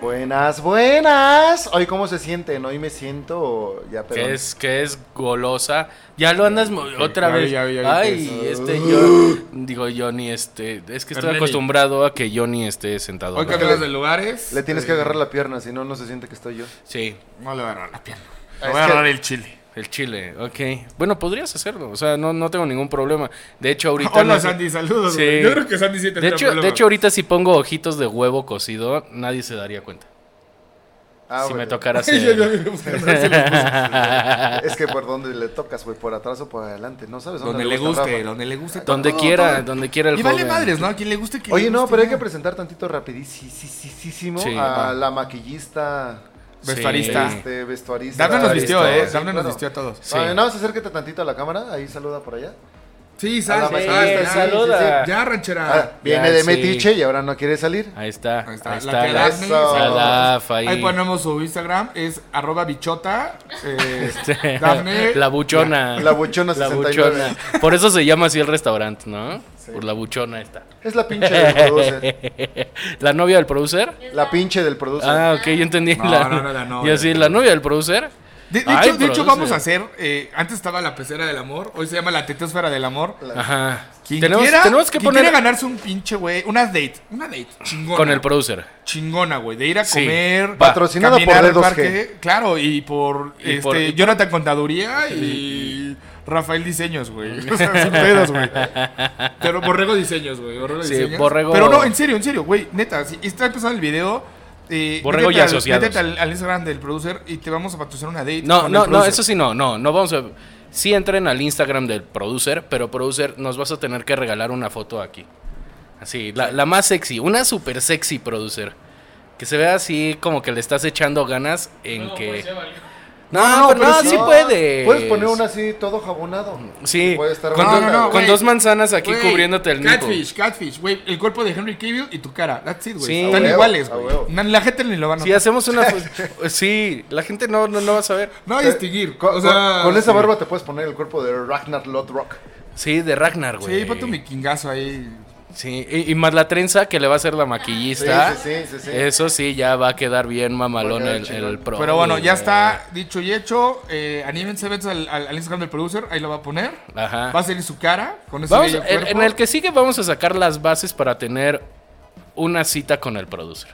Buenas, buenas. Hoy cómo se sienten, hoy me siento ya pero Que es, que es golosa. Ya lo andas mo- otra ya vi, vez. ya vi, ya vi Ay, que es- este yo. Digo, Johnny, este. Es que estoy Arneli. acostumbrado a que Johnny esté sentado. Hoy ¿verdad? cambiamos de lugares. Le tienes Eh, que agarrar la pierna, si no no se siente que estoy yo. Sí, No le voy a agarrar la pierna. Le Es voy a agarrar que- el chile. el chile, ok. Bueno, podrías hacerlo. O sea, no, no tengo ningún problema. De hecho, ahorita. Hola no sé- Sandy, saludos. Sí. güey. Yo creo que Sandy sí tendrá De hecho, de problemas. hecho, ahorita si pongo ojitos de huevo cocido, nadie se daría cuenta. Ah, si bueno. me tocara Ay, ya, ya, hacer. ya, se le Es que por donde le tocas, güey, por atrás o por adelante, no sabes dónde Donde le gusta, guste, Rafa. donde le guste. donde todo, quiera, todo. donde quiera el Y vale joven. madres, ¿no? A quien le guste que le Oye, no, guste, pero hay ya. que presentar tantito rapidísimo Sí, a ajá. la maquillista, Vestarista. Sí. este vestuarista. Dafne nos vistió, Listo, eh. sí, Dafne nos vistió a todos. Sí. Sí. Nada más acércate tantito a la cámara, ahí saluda por allá. Sí, sal, sal, sal, sal, saluda. Ya, Ah, ranchera. viene ya, de sí. metiche y ahora no quiere salir. Ahí está. Ahí Ahí está, está. la que la- Dafne- Eso. la Daf ahí. Ahí ponemos su Instagram, es arroba bichota. eh, Dafne. la buchona. La buchona La 69. buchona. Por eso se llama así el restaurante, ¿no? Por la buchona esta. Es la pinche del producer. ¿La novia del producer? La pinche del producer. Ah, ok, yo entendí. No, la, no, no, la novia. Y así, ¿la novia del producer? De, de Ay, hecho, de hecho, producer. vamos a hacer. eh, antes estaba la pecera del amor, hoy se llama la tetosfera del amor. Ajá. Quien tenemos, quiera, tenemos que quien poner quiera ganarse un pinche, güey. Una date. Una date. Chingona. con el producer. Chingona, güey. De ir a Sí. comer. Va. Patrocinada por caminar al D2G. parque, Claro, y por, Y este, por- y- Jonathan Contaduría y Rafael Diseños, güey. O sea, son pedos, güey. Pero Borrego Diseños, güey. Borrego Sí, Diseños. Borrego- Pero no, en serio, en serio, güey. Neta, si está empezando el video. eh, Borrego métete y al- asociados. Métete al, al Instagram del producer y te vamos a patrocinar una date. No, con no, no, el producer. eso sí no, no, no vamos a... Sí entren al Instagram del producer, pero producer, nos vas a tener que regalar una foto aquí. Así, la, la más sexy, una super sexy producer. Que se vea así como que le estás echando ganas en que... No, Ah, no, pero no, sí No, puedes. Puedes poner un así todo jabonado. Sí, Puede estar con, No, dos- no, no, con güey. dos manzanas aquí Güey, cubriéndote el nipo. Catfish, catfish, güey. El cuerpo de Henry Cavill y tu cara. That's it, güey. Sí. Están A huevo, iguales, a güey. huevo. Na- La gente ni lo van a Si hacemos una... fo- sí, la gente no, no, no va a saber. No hay distinguir. Con, este o sea, con- con esa sí. barba te puedes poner el cuerpo de Ragnar Lodbrok. Sí, de Ragnar, güey. Sí, ponte un vikingazo ahí. Sí, y, y más la trenza que le va a hacer la maquillista. Sí, sí, sí, sí, sí. Eso sí, ya va a quedar bien mamalón Va a quedar el, chingón. el pro. Pero bueno, ya güey. está dicho y hecho. Eh, anímense, vete al, al- al Instagram del producer. Ahí lo va a poner. Ajá. Va a salir su cara con ese Vamos, bello en, cuerpo. en el que sigue vamos a sacar las bases para tener una cita con el producer.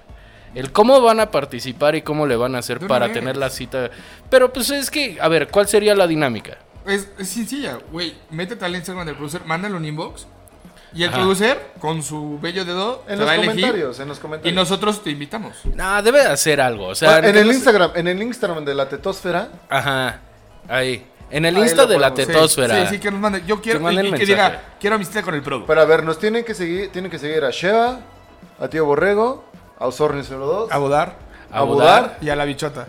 El cómo van a participar y cómo le van a hacer De una para vez. tener la cita. Pero pues es que, a ver, ¿cuál sería la dinámica? Es, es sencilla, güey. Métete al Instagram del producer, mándale un inbox. Y el Ajá. producer, con su bello dedo, te En va los a elegir. comentarios, en los Y comentarios. nosotros te invitamos. No, debe de hacer algo. O sea, Ah, en no el sé- Instagram, en el Instagram de la tetosfera, Ajá. Ahí. En el Ahí Insta lo de la ponemos. Sí, tetosfera. Sí, sí, que nos mande. Yo quiero Que manden y- y que mensaje. diga, quiero amistad con el productor. Pero a ver, nos tienen que seguir, tienen que seguir a Sheva, a Tío Borrego, a Osornio 02, A Bodar a Budar, y a la bichota.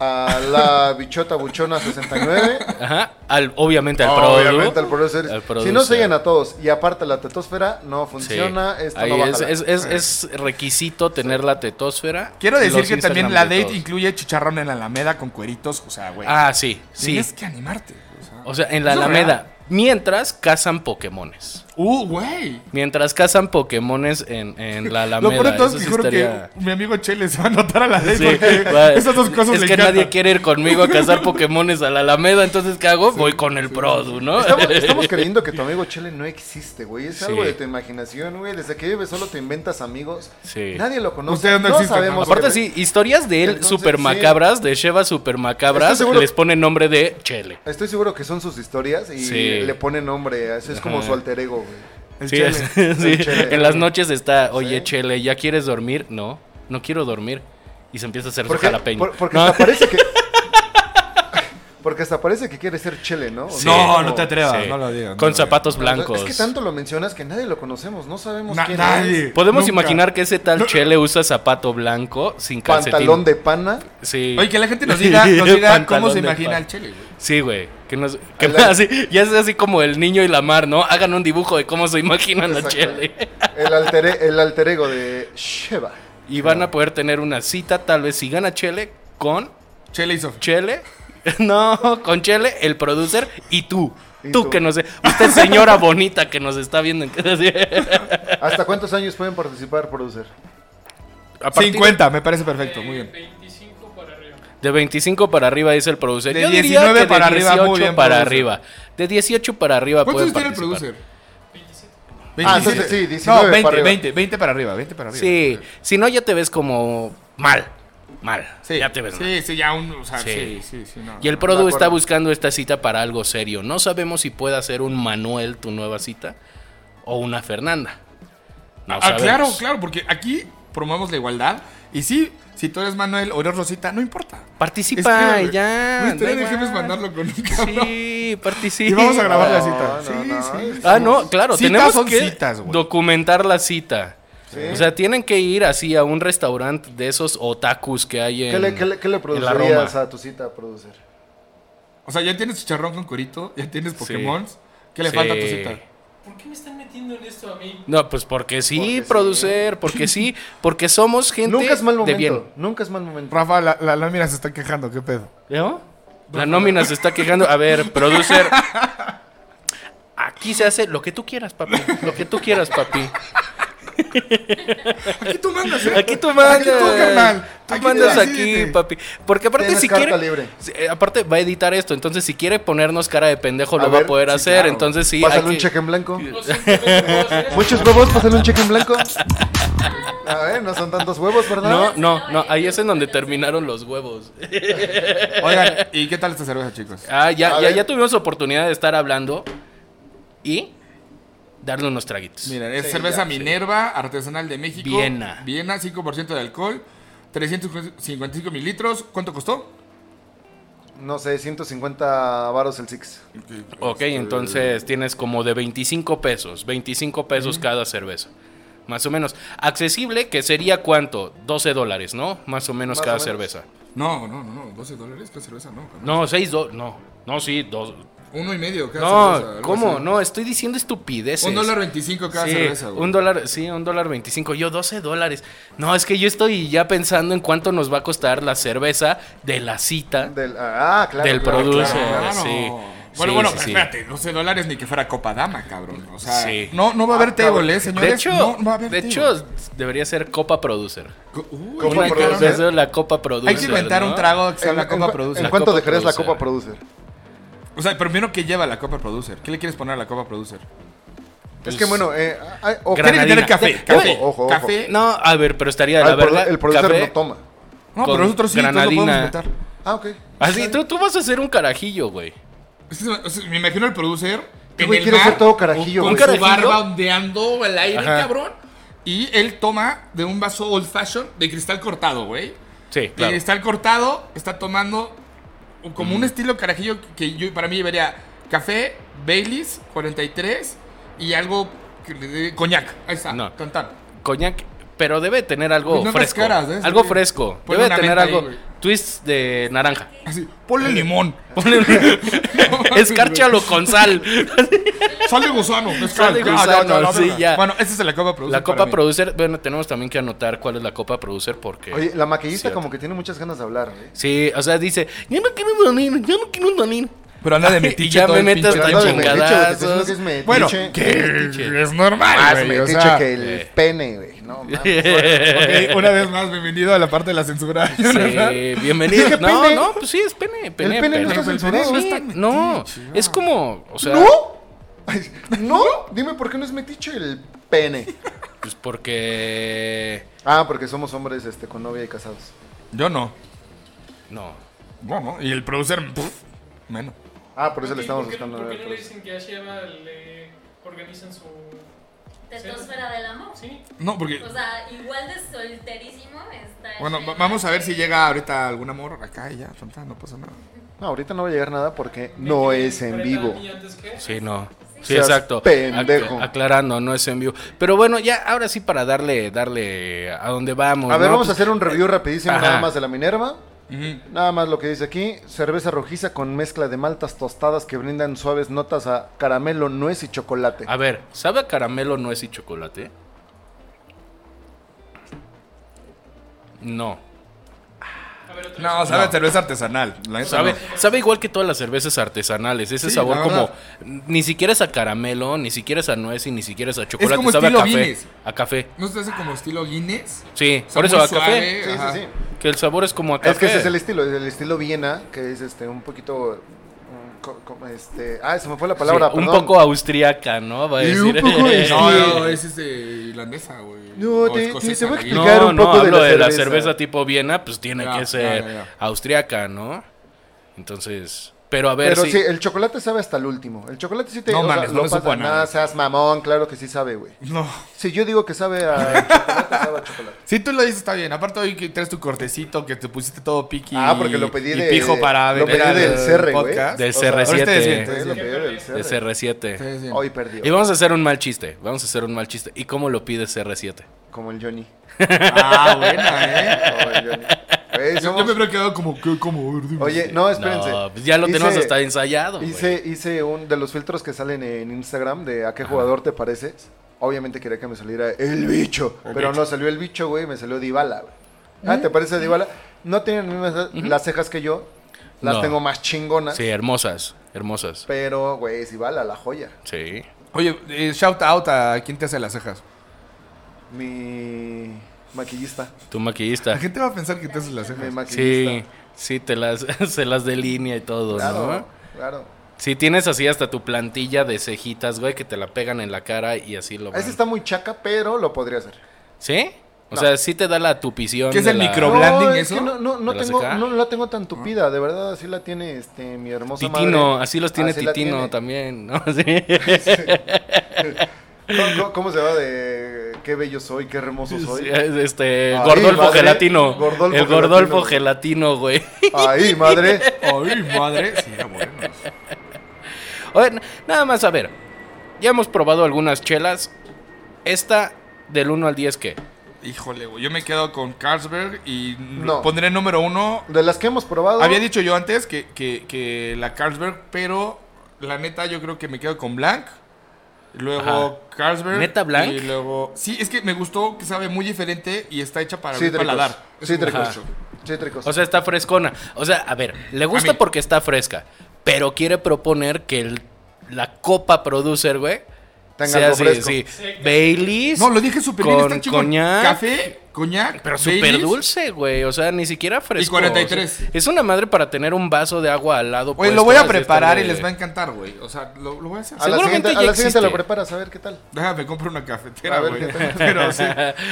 a la bichota buchona 69. Ajá. Al, obviamente Ah, al pro. Obviamente al producer. Al Si no producer. siguen a todos y aparte la tetosfera no Sí. funciona, esto Ahí no va a es, jalar. es, es- es requisito tener la tetosfera. Quiero y decir los que Instagram también la de date todos. incluye chicharrón en la Alameda con cueritos. O sea, güey. Ah, sí, sí. Tienes que animarte. o sea. O sea, en la Eso es Alameda. real. Mientras cazan Pokémones. Uh, güey. Mientras cazan Pokémones en, en la Alameda. Lo peor de todo es Eso que sí juro estaría- que mi amigo Chele se va a anotar a la date Sí, porque va- esas dos cosas es le que encantan. nadie quiere ir conmigo a cazar Pokémones a la Alameda, entonces ¿qué hago? Voy con el Produ, ¿no? Estamos, estamos creyendo que tu amigo Chele no existe, güey. Es Sí. algo de tu imaginación, güey. Desde que vives solo te inventas amigos. Sí. Nadie lo conoce. Ustedes no no existen, ¿no? sabemos. Aparte qué- sí, historias de él Entonces, super sí. macabras, de Sheva super macabras, Estoy seguro- les pone nombre de Chele. Estoy seguro que son sus historias y Sí. le ponen nombre. Eso es como Ajá. su alter ego, güey. El Sí, Chele. es- sí, El Chele. En las noches está, oye, Sí. Chele, ¿ya quieres dormir? No, no quiero dormir. Y se empieza a hacer su Porque, jalapeño. por- porque No, hasta parece que. Porque hasta parece que quiere ser Chele, ¿no? O sea, No, como- no te atrevas, sí. no lo digas. Con no lo zapatos o sea, blancos. Es que tanto lo mencionas que nadie lo conocemos. No sabemos Na- quién nadie. es. Podemos Nunca. imaginar que ese tal Chele usa zapato blanco sin calcetín. Pantalón de pana. Sí. digas. Oye, que la gente nos diga, nos diga cómo Pantalón se de imagina pan. el Chele, güey. Sí, güey. Que nos... que Ala- así, ya es así como el niño y la mar, ¿no? Hagan un dibujo de cómo se imaginan a Exacto. Chele. El alter, e- el alter ego de Sheva. Y van a poder tener una cita, tal vez, si gana Chele, con Chele y Sofía. Chele. No, con Chele, el producer y tú. Y tú, tú. que nos... Usted, señora bonita que nos está viendo. en- ¿Hasta cuántos años pueden participar, producer? a partir 50, me parece perfecto, muy bien. 25 para arriba. De 25 para arriba dice el producer. De Yo diría 19 que para de arriba, 18 muy bien, para producer. arriba. De 18 para arriba ¿Cuántos pueden tiene el participar. producer? 27. Ah, entonces sí, 19 no, para 20, arriba. 20, 20 para arriba, 20 para arriba. Sí, si no ya te ves como mal, mal. Sí, ya te ves mal. Sí, sí, ya un, o sea, Sí. sí, sí, sí, no, Y el no, Produ de está acuerdo. buscando esta cita para algo serio. No sabemos si pueda ser un Manuel tu nueva cita o una Fernanda. No Ah, sabemos. claro, claro, porque aquí promovemos la igualdad y sí, si tú eres Manuel o eres Rosita, no importa. Participa Escríbeme. ya. No da estaría de igual. jefes mandarlo con un cabrón. Sí, participa. Y vamos a grabar la No, cita. no, sí, no. sí. Ah, no, claro, Citas tenemos son que citas, güey. documentar la cita. Sí. O sea, tienen que ir así a un restaurante de esos otakus que hay en ¿Qué le, qué le- qué le en la producirías Roma. a tu cita a producir? O sea, ya tienes chicharrón con corito, ya tienes Sí. Pokémon. ¿Qué le Sí. falta a tu cita? ¿Por qué me están metiendo en esto a mí? No, pues porque sí, Porque sí. producer, porque sí, porque somos gente Nunca es mal de bien. momento. Nunca es mal momento. Rafa, la, la lámina se está quejando, ¿qué pedo? ¿No? La nómina se está quejando. A ver, producer. Aquí se hace lo que tú quieras, papi. Lo que tú quieras, papi. Aquí tú mandas, ¿eh? Aquí tú mandas. Aquí tú, carnal. Tú Aquí tú mandas decídete. aquí, papi. Porque aparte, Tienes si carta quiere. libre. si- eh, Aparte, va a editar esto. Entonces, si quiere ponernos cara de pendejo, A lo va a ver, poder sí, hacer. claro. Entonces, sí. Pásale hay un que- cheque en blanco. No simplemente puedo hacer eso. Muchos huevos, pásale un cheque en blanco. A ver, no son tantos huevos, ¿verdad? No, no, no. Ahí es en donde terminaron los huevos. Oigan, ¿y qué tal esta cerveza, chicos? Ah, ya, A ya, ver. ya tuvimos oportunidad de estar hablando y darle unos traguitos. Miren, es Sí, cerveza ya, Minerva, artesanal de México. Viena. Viena, 5% de alcohol, 355 mililitros. ¿Cuánto costó? No sé, 150 varos el Six. Ok, Este, entonces tienes como de 25 pesos, 25 pesos cada cerveza. Más o menos. Accesible, que sería cuánto? 12 dólares, ¿no? Más o Más menos o cada menos. cerveza. No, no, no, no, 12 dólares, ¿qué cerveza? No, cabrón. No, 6 dólares. No, no, sí, dos. Uno y medio cada cerveza. No, algo ¿cómo? así. No, estoy diciendo estupideces. Un dólar veinticinco cada Sí, cerveza, güey. un dólar, sí, un dólar 25. Yo 12 dólares. No, es que yo estoy ya pensando en cuánto nos va a costar la cerveza de la cita. Del, ah, claro. Del claro, producer. Ah, claro. Claro. sí. Bueno, Sí, bueno, sí, sí. espérate, 12 dólares ni que fuera Copa Dama, cabrón. O sea, Sí. Ah, no, no va a haber table, ¿eh, señores? De hecho, no, no va a haber de table. hecho, debería ser Copa Producer. Co- uy, Copa cabrón. Producer. Entonces, eso es la Copa Producer. Hay que inventar ¿no? un trago que se ¿En, llama Copa en- Producer. ¿en cuánto La Copa dejarías la Producer. Copa Producer? O sea, primero que lleva la Copa Producer. ¿Qué le quieres poner a la Copa Producer? Pues es que bueno, eh, hay- ojo, Gran- Tiene que tener Granadina. café, café, Ojo, ojo, ojo. café. No, a ver, pero estaría de ah, la el, produ- verga. el producer café. no toma. No, pero con nosotros sí, todos lo podemos granadina. inventar. Ah, ok. Así, tú, tú vas a hacer un carajillo, güey. Es que se me- o sea, Me imagino el producer Yo en güey el quiero mar, ser todo carajillo, con un güey. su carajillo. barba ondeando el aire, Ajá. cabrón. Y él toma de un vaso old fashion de cristal cortado, güey. Sí, De claro. cristal cortado, está tomando un- como un estilo carajillo que yo para mí llevaría café, Baileys, 43 y algo que le dé- coñac. Ahí está, No. cantar. Coñac, pero debe tener algo Pues no fresco. cascaras, ¿eh? Algo Sí. fresco. Ponle debe una tener menta ahí, algo. güey. twist de naranja. Así, ponle limón. Ponle un- Escárchalo con sal. Sal de gusano. mezcal. Sal de Ah, ya, gusano, la sí, verga. ya. Bueno, esa es la copa producer. La para Copa mí. Producer, bueno, tenemos también que anotar cuál es la Copa Producer porque. Oye, la maquillista Sí, como que tiene muchas ganas de hablar. ¿eh? Sí, o sea, dice, yo no quiero donar, yo no quiero donar. Pero anda de Y metiche ya todo me el meto pinche- Pero hasta anda de chingadazos. metiche, güey, te estoy diciendo que es metiche. Bueno, que metiche. es normal, Más güey. o metiche sea, que el eh. pene, güey. No, mames. ok, una vez más, bienvenido a la parte de la censura. Sí, bienvenido. Dije no, pene. no, pues sí, es pene. pene no pene, pene. está censurado. Sí, No está no, metiche, es como, o sea, ¿No? Ay, ¿No? Dime por qué no es metiche el pene. pues porque Ah, porque somos hombres este, con novia y casados. Yo no. no. Bueno, y el producer, puf, menos. Ah, por eso ¿Por le qué- estamos por qué- buscando. ¿Por novia qué al no le producer. dicen que a Sheva le organizan su. Tetosfera del amor. Sí, No, porque. O sea, igual de solterísimo está. Bueno, va- Sheva vamos a ver que- si llega ahorita algún amor acá y ya, tonta, no pasa nada. No, ahorita no va a llegar nada porque no es en vivo. Y antes que- Sí, no. Sí, Seas exacto. pendejo. Ac- aclarando, no es en vivo. Pero bueno, ya ahora sí para darle darle a dónde vamos. A ver, ¿no? vamos a Pues, hacer un review rapidísimo Ajá. nada más de la Minerva. Ujú. Nada más lo que dice aquí, cerveza rojiza con mezcla de maltas tostadas que brindan suaves notas a caramelo, nuez y chocolate. Pues, A ver, ¿sabe a caramelo, nuez y chocolate? No. A ver, otra No, vez. sabe a cerveza artesanal. La neta Sabe, no. sabe igual que todas las cervezas artesanales. Ese Sí, sabor la como. verdad. Ni siquiera es a caramelo, ni siquiera es a nuez y ni siquiera es a chocolate. como sabe a estilo café. Guinness. A café. ¿No se hace como estilo Guinness? Sí, Está por eso muy a café. suave, Sí, ajá. sí, sí. Que el sabor es como a café. Es que ese es el estilo, es el estilo Viena, que es este un poquito mm, co- co- este, ah, se me fue la Sí, palabra, un perdón. poco austriaca, ¿no? Va a Y un decir. poco de- Eh, No, Sí. no, es este, irlandesa, güey. No, O te- te- escocesa, te voy a güey. explicar. No, un no, poco de hablo la de, la cerveza. cerveza tipo Viena, pues tiene Ya, que ser ya, ya, ya. austriaca, ¿no? Entonces, pero a ver Pero si... sí, el chocolate sabe hasta el último. El chocolate sí te No o sea, mames, no lo me supo pasa- a nada. nah, seas mamón, claro que sí sabe, güey. No. Si yo digo que sabe a chocolate, sabe a chocolate. Si tú lo dices, está bien. Aparte, hoy que traes tu cortecito, que te pusiste todo piqui. Ah, porque lo pedí y de- pijo para lo venir pedí al del CR, güey. podcast. Del o sea, CR7. ahorita decían, Sí, lo pidió del de CR. CR7. Ustedes bien. Hoy perdió, Y vamos a hacer un mal chiste. Vamos a hacer un mal chiste. ¿Y cómo lo pide CR7? como el Johnny. Ah, buena, ¿eh? Como el Johnny. Güey, Yo, somos- yo me habría quedado como, ¿qué? ¿Cómo? A ver, dime. Oye, no, espérense. No, pues ya lo Hice- tenemos hasta ensayado. güey. Hice, hice un de los filtros que salen en Instagram de a qué jugador te pareces. Obviamente quería que me saliera el bicho, pero no salió el bicho, güey, me salió Dybala, güey. Mm. Ah, ¿te parece Dybala? No tienen las mismas- las cejas que yo, las No. tengo más chingonas, Sí, hermosas. Hermosas. pero, güey, es Dybala, la joya. Sí. Oye, eh, shout out a quien te hace las cejas. Mi maquillista, Tu La maquillista. gente va a pensar que te haces las cejas. mi maquillista. Sí, sí, te las, se las delinea y todo, claro, Pues, ¿no? claro. Sí, tienes así hasta tu plantilla de cejitas, güey, que te la pegan en la cara y así lo van. Ese está muy chaca, pero lo podría hacer. ¿Sí? O sea, sí te da la tupición. ¿Qué es de el la- micro? ¿Microblending no, es eso? que no, no, no ¿Te la Ah. tengo, seca? no la tengo tan tupida, de verdad, así la tiene este, mi hermosa Titino, madre. así los tiene Así la Titino tiene. también, ¿no? Sí. ¿Cómo, cómo- cómo se va de qué bello soy, qué hermoso soy? Sí, Este, Ay, Gordolfo madre. Gelatino. Gordolfo el Gordolfo Gelatino. Gelatino, güey. Ahí, madre. Ay, madre. Sí, era bueno. Oye, n- nada más, a ver. Ya hemos probado algunas chelas. Esta, del 1 al 10, ¿qué? Híjole, güey. Yo me quedo con Carlsberg y No. pondré número uno De las que hemos probado. Había dicho yo antes que, que- que la Carlsberg, pero la neta yo creo que me quedo con Blanc. Luego Carlsberg. ¿Neta Blanc? Y luego... Sí, es que me gustó que sabe muy diferente y está hecha para mi cítricos. paladar. Es un Cítricos. gusto. Cítricos. O sea, está frescona. O sea, a ver, le gusta A mí. porque está fresca, pero quiere proponer que el- la copa producer, güey, Tenga sea algo así, fresco. sí. Baileys. No, lo dije súper bien, con está chingón. coñac, Café, coñac, Pero Baileys. súper dulce, güey. O sea, ni siquiera fresco. 43. O sea, es una madre para tener un vaso de agua al lado. Oye, puesto, lo voy a así, preparar y estarle- les va a encantar, güey. O sea, lo, lo voy a hacer. a la seguramente siguiente, ya a la siguiente existe. lo preparas, a ver qué tal. Déjame comprar una cafetera, A ver güey. qué tal. Pero sí.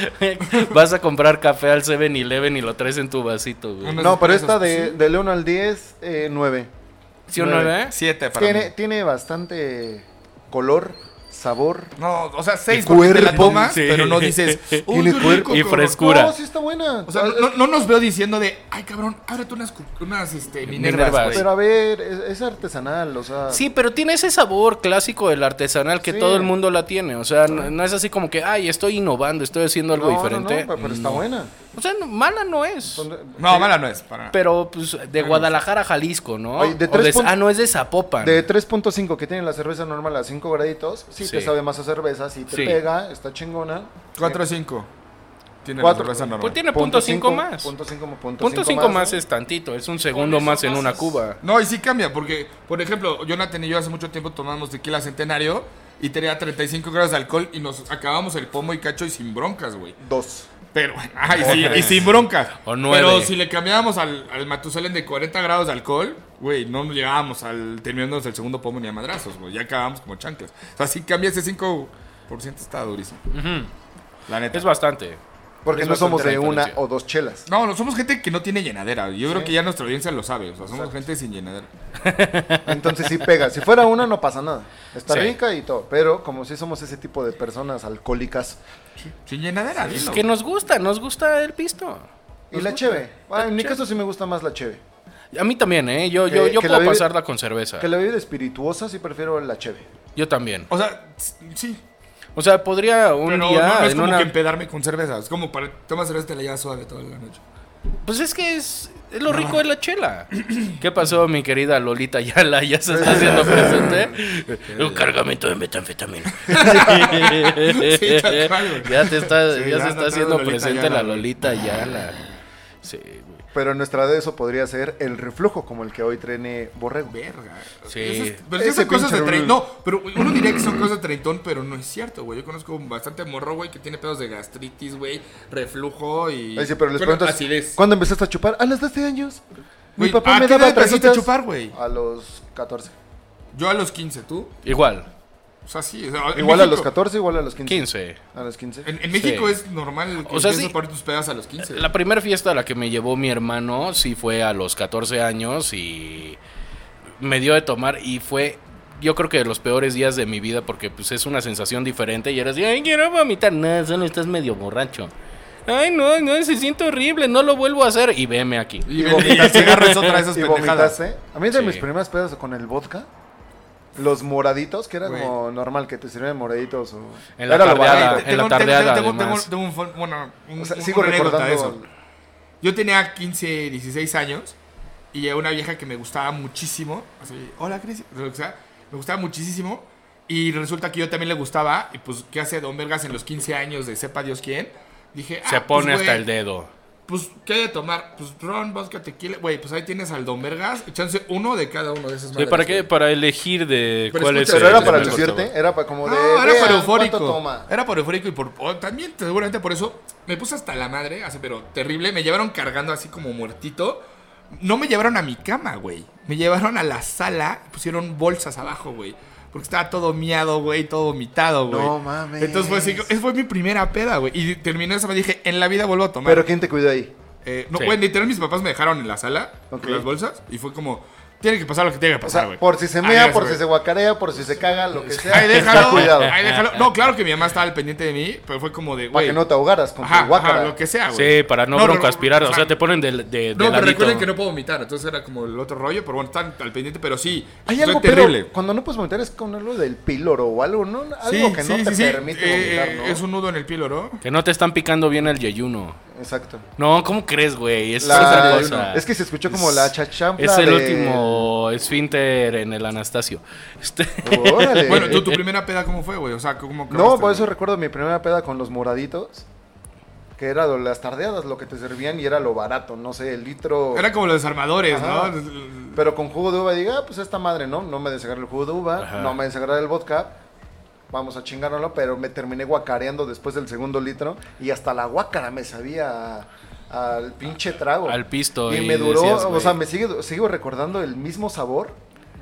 Vas a comprar café al 7-Eleven y lo traes en tu vasito, güey. Una- No, pero esos, esta de, sí. del 1 al 10, 9. ¿Sí o no, nueve. eh? Siete para Tiene, mí. tiene bastante color, sabor. No, o sea, seis Y porque te la cuerpo. tomas, Sí. pero no dices... "Uy, Tiene qué cuerpo. rico, Y cabrón". fresco. Oscura. No, sí está buena. O sea, no, no nos veo diciendo de, ay cabrón, ábrete unas, cu- unas este, minervas, Minervas. güey". pero a ver, es, es artesanal, o sea. Sí, pero tiene ese sabor clásico del artesanal que Sí. todo el mundo la tiene. O sea, no, no es así como que, ay, estoy innovando, estoy haciendo no, algo no, diferente. no, pero está buena. O sea, no- mala no es. Son- No, mala no es, para nada. Pero, pues, de Guadalajara a Jalisco, ¿no? Oye, de O tres pun- Ah, no, es de Zapopan. De 3.5 que tiene la cerveza normal a 5 graditos, sí, te Sí. sabe más a cerveza, sí te Sí. pega, está chingona. 4 o 5. Tiene Cuatro. la cerveza normal. Pues tiene punto cinco cinco, más. Punto 5 Punto cinco más es tantito, es un segundo eso más en una pasas. cuba. No, y sí cambia, porque, por ejemplo, Jonathan y yo hace mucho tiempo tomamos tequila centenario y tenía 35 grados de alcohol y nos acabamos el pomo y cacho y sin broncas, güey. 2. Pero, ay, sí, y sin broncas. O nueve. Pero si le cambiábamos al, al Matusalén de 40 grados de alcohol, güey, no llegábamos al terminándonos el segundo pomo ni a madrazos, güey. Ya acabábamos como chanclas. O sea, si cambia ese 5%, está durísimo. La neta. Es bastante. Porque Es no somos bastante de la una diferencia. o dos chelas. No, no, somos gente que no tiene llenadera. Yo creo que ya nuestra audiencia lo sabe. O sea, somos gente sin llenadera. Entonces sí pega. Si fuera una no pasa nada. Está Sí. rica y todo. Pero como si somos ese tipo de personas alcohólicas. Sin Ah, llenadera, dilo. Que nos gusta, nos gusta el pisto. Y la cheve. Ah, en mi caso sí me gusta más la cheve. A mí también, ¿eh? Yo, yo, Que- yo que la puedo bebe- pasarla con cerveza. Que la bebida espirituosa sí prefiero la cheve. Yo también. O sea, s- sí. O sea, podría un Pero no, día no es en como una- que empedarme con cerveza. Es como para tomar cerveza y te la llevas suave toda la noche. Pues es que es, es lo rico de la chela. ¿Qué pasó, mi querida Lolita Yala? Ya se está haciendo presente. Un cargamento de metanfetamina. Sí, tal cual, güey. ya te está, Sí, ya ya se anda está haciendo Lolita Ah. presente Ayala, la güey. Lolita Yala. Sí, güey. Pero en nuestra de eso podría ser el reflujo como el que hoy trene Borrego. Verga. Sí. Esas- pero Ese esas son cosas de pinche treintón. Bruno. No, pero uno diría que son cosas de treintón, pero no es cierto, güey. Yo conozco bastante morro, güey, que tiene pedos de gastritis, güey, reflujo y. Ay, sí, pero les preguntas, acidez. ¿cuándo empezaste a chupar? A los 12 años. Mi Güey, papá ¿a me qué daba edad empezaste a traguitas. chupar, güey? A los 14. Yo a los 15, ¿tú? Igual, O sea, sí. o sea, en Igual a los México- 14, igual a los 15. 15. A los 15. En, en México Sí. es normal que O sea, empieces sí. a poner tus pedas a los 15. La primera fiesta a la que me llevó mi hermano sí fue a los 14 años y me dio de tomar y fue yo creo que de los peores días de mi vida porque pues es una sensación diferente y eras de, ay, quiero vomitar, no, solo estás medio borracho. Ay, no, no, se siente horrible, no lo vuelvo a hacer y veme aquí. Y, Y y el vomitaste. cigarro es otra de esas y pendejadas. vomitaste. A mí de Sí. mis primeras pedas con el vodka, los moraditos, que era Güey. como normal, que te sirven moraditos. O... En la era lo tardeada, barato. en la tardeada, tengo, tengo, además. tengo un, fun- bueno, un- O sea, un- sigo una anécdota de recordando. eso. Yo tenía 15, 16 años y a una vieja que me gustaba muchísimo. Así, hola, Cris. o sea, Me gustaba muchísimo. Y resulta que yo también le gustaba. Y pues, ¿qué hace Don Vergas en los 15 años de sepa Dios quién? Dije, Se ah, pone pues, hasta güey, el dedo. Pues, ¿qué hay de tomar? Pues ron, vodka, tequila. Güey, pues ahí tienes al Don Vergas. Echándose uno de cada uno de esos Sí, ¿Para qué? Para elegir de Pero cuál escucha, es Pero era el para mejor lucirte, sabor. era para como de. No, "Vean era por cuánto eufórico. toma". Era por eufórico y por o también seguramente por eso me puse hasta la madre, así pero terrible, me llevaron cargando así como muertito. No me llevaron a mi cama, güey. Me llevaron a la sala, pusieron bolsas abajo, güey. Porque estaba todo miado, güey, todo vomitado, güey. No mames. Entonces fue así, esa fue mi primera peda, güey. Y terminé esa, me dije, en la vida vuelvo a tomar. Pero ¿quién te cuidó ahí? Eh, no, Sí. güey, literal mis papás me dejaron en la sala Ok. con las bolsas y fue como, tiene que pasar lo que tiene O que pasar, sea, Ah, güey. por si se Adiós, mea, por güey. si se guacarea, por si se caga, lo que sea. Ahí está déjalo, cuidado. ahí déjalo. No, claro que mi mamá estaba al pendiente de mí, pero fue como de, Para güey. que no te ahogaras con ajá, tu guacara. ajá, lo que sea, güey. Sí, para no, pero- broncoaspirar, o sea, te ponen de, de, de No, pero ladito. recuerden que no puedo vomitar, entonces era como el otro rollo, pero bueno, están al pendiente, pero sí. Hay fue algo terrible. Pero cuando no puedes vomitar es con algo del píloro o algo, ¿no? Algo Sí, que sí, no te sí, sí. permite Eh, vomitar, ¿no? Es un nudo en el píloro. Que no te están picando bien el yeyuno. Exacto. No, ¿cómo crees, güey? Es La- otra cosa. Es que se escuchó como la chachampla Es el de- último esfínter en el Anastasio. Este- Órale. Bueno, ¿tú, tu primera peda cómo fue, güey? O sea, ¿cómo No, acabaste, por eso güey? recuerdo mi primera peda con los moraditos. Que era lo- las tardeadas, lo que te servían y era lo barato, no sé, el litro. Era como los desarmadores, Ajá. ¿no? Pero con jugo de uva, diga, ah, pues esta madre, ¿no? No me desagrada el jugo de uva, Ajá. no me desagrada el vodka. Vamos a chingárnoslo, pero me terminé guacareando después del segundo litro y hasta la guacara me sabía a- al pinche trago. Al pisto, Y, y me duró, decías, o güey. sea, me sigue, sigo recordando el mismo sabor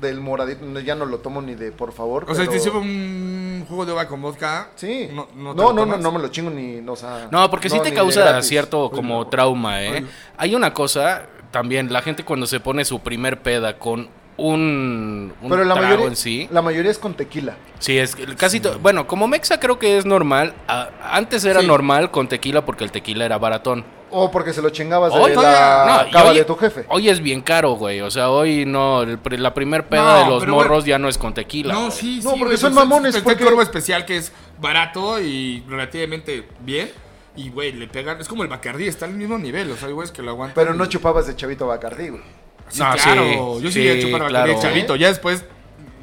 del moradito. no, Ya no lo tomo ni de por favor. O sea, pero- te hicieron un jugo de uva con vodka. Sí. No, no, no, te lo no, no, tomas? no me lo chingo ni, no, o sea, No, porque sí no, te ni causa de gratis. cierto como trauma, ¿eh? Hay una cosa también, la gente cuando se pone su primer peda con un, un Pero la trago mayoría, en sí. la mayoría es con tequila. Sí, es que casi todo. Bueno, como Mexa creo que es normal. a- antes era Sí. normal con tequila porque el tequila era baratón. O porque se lo chingabas Hoy de Oh, todavía- la no, y cava hoy- de tu jefe. Hoy es bien caro, güey. O sea, hoy no. el pri- la primer peda No, de los pero, güey, morros ya no es con tequila. No, güey. sí, sí. No, porque güey, son pues, mamones, es- es porque- un corvo especial que es barato y relativamente bien. Y, güey, le pegan. Es como el Bacardí, está al mismo nivel. O sea, hay güeyes que lo aguantan. Pero no Y- chupabas de chavito Bacardí, güey. Sí, No, claro. sí, yo sí, sí llegué a chupar Bacardí, claro. chavito. Ya después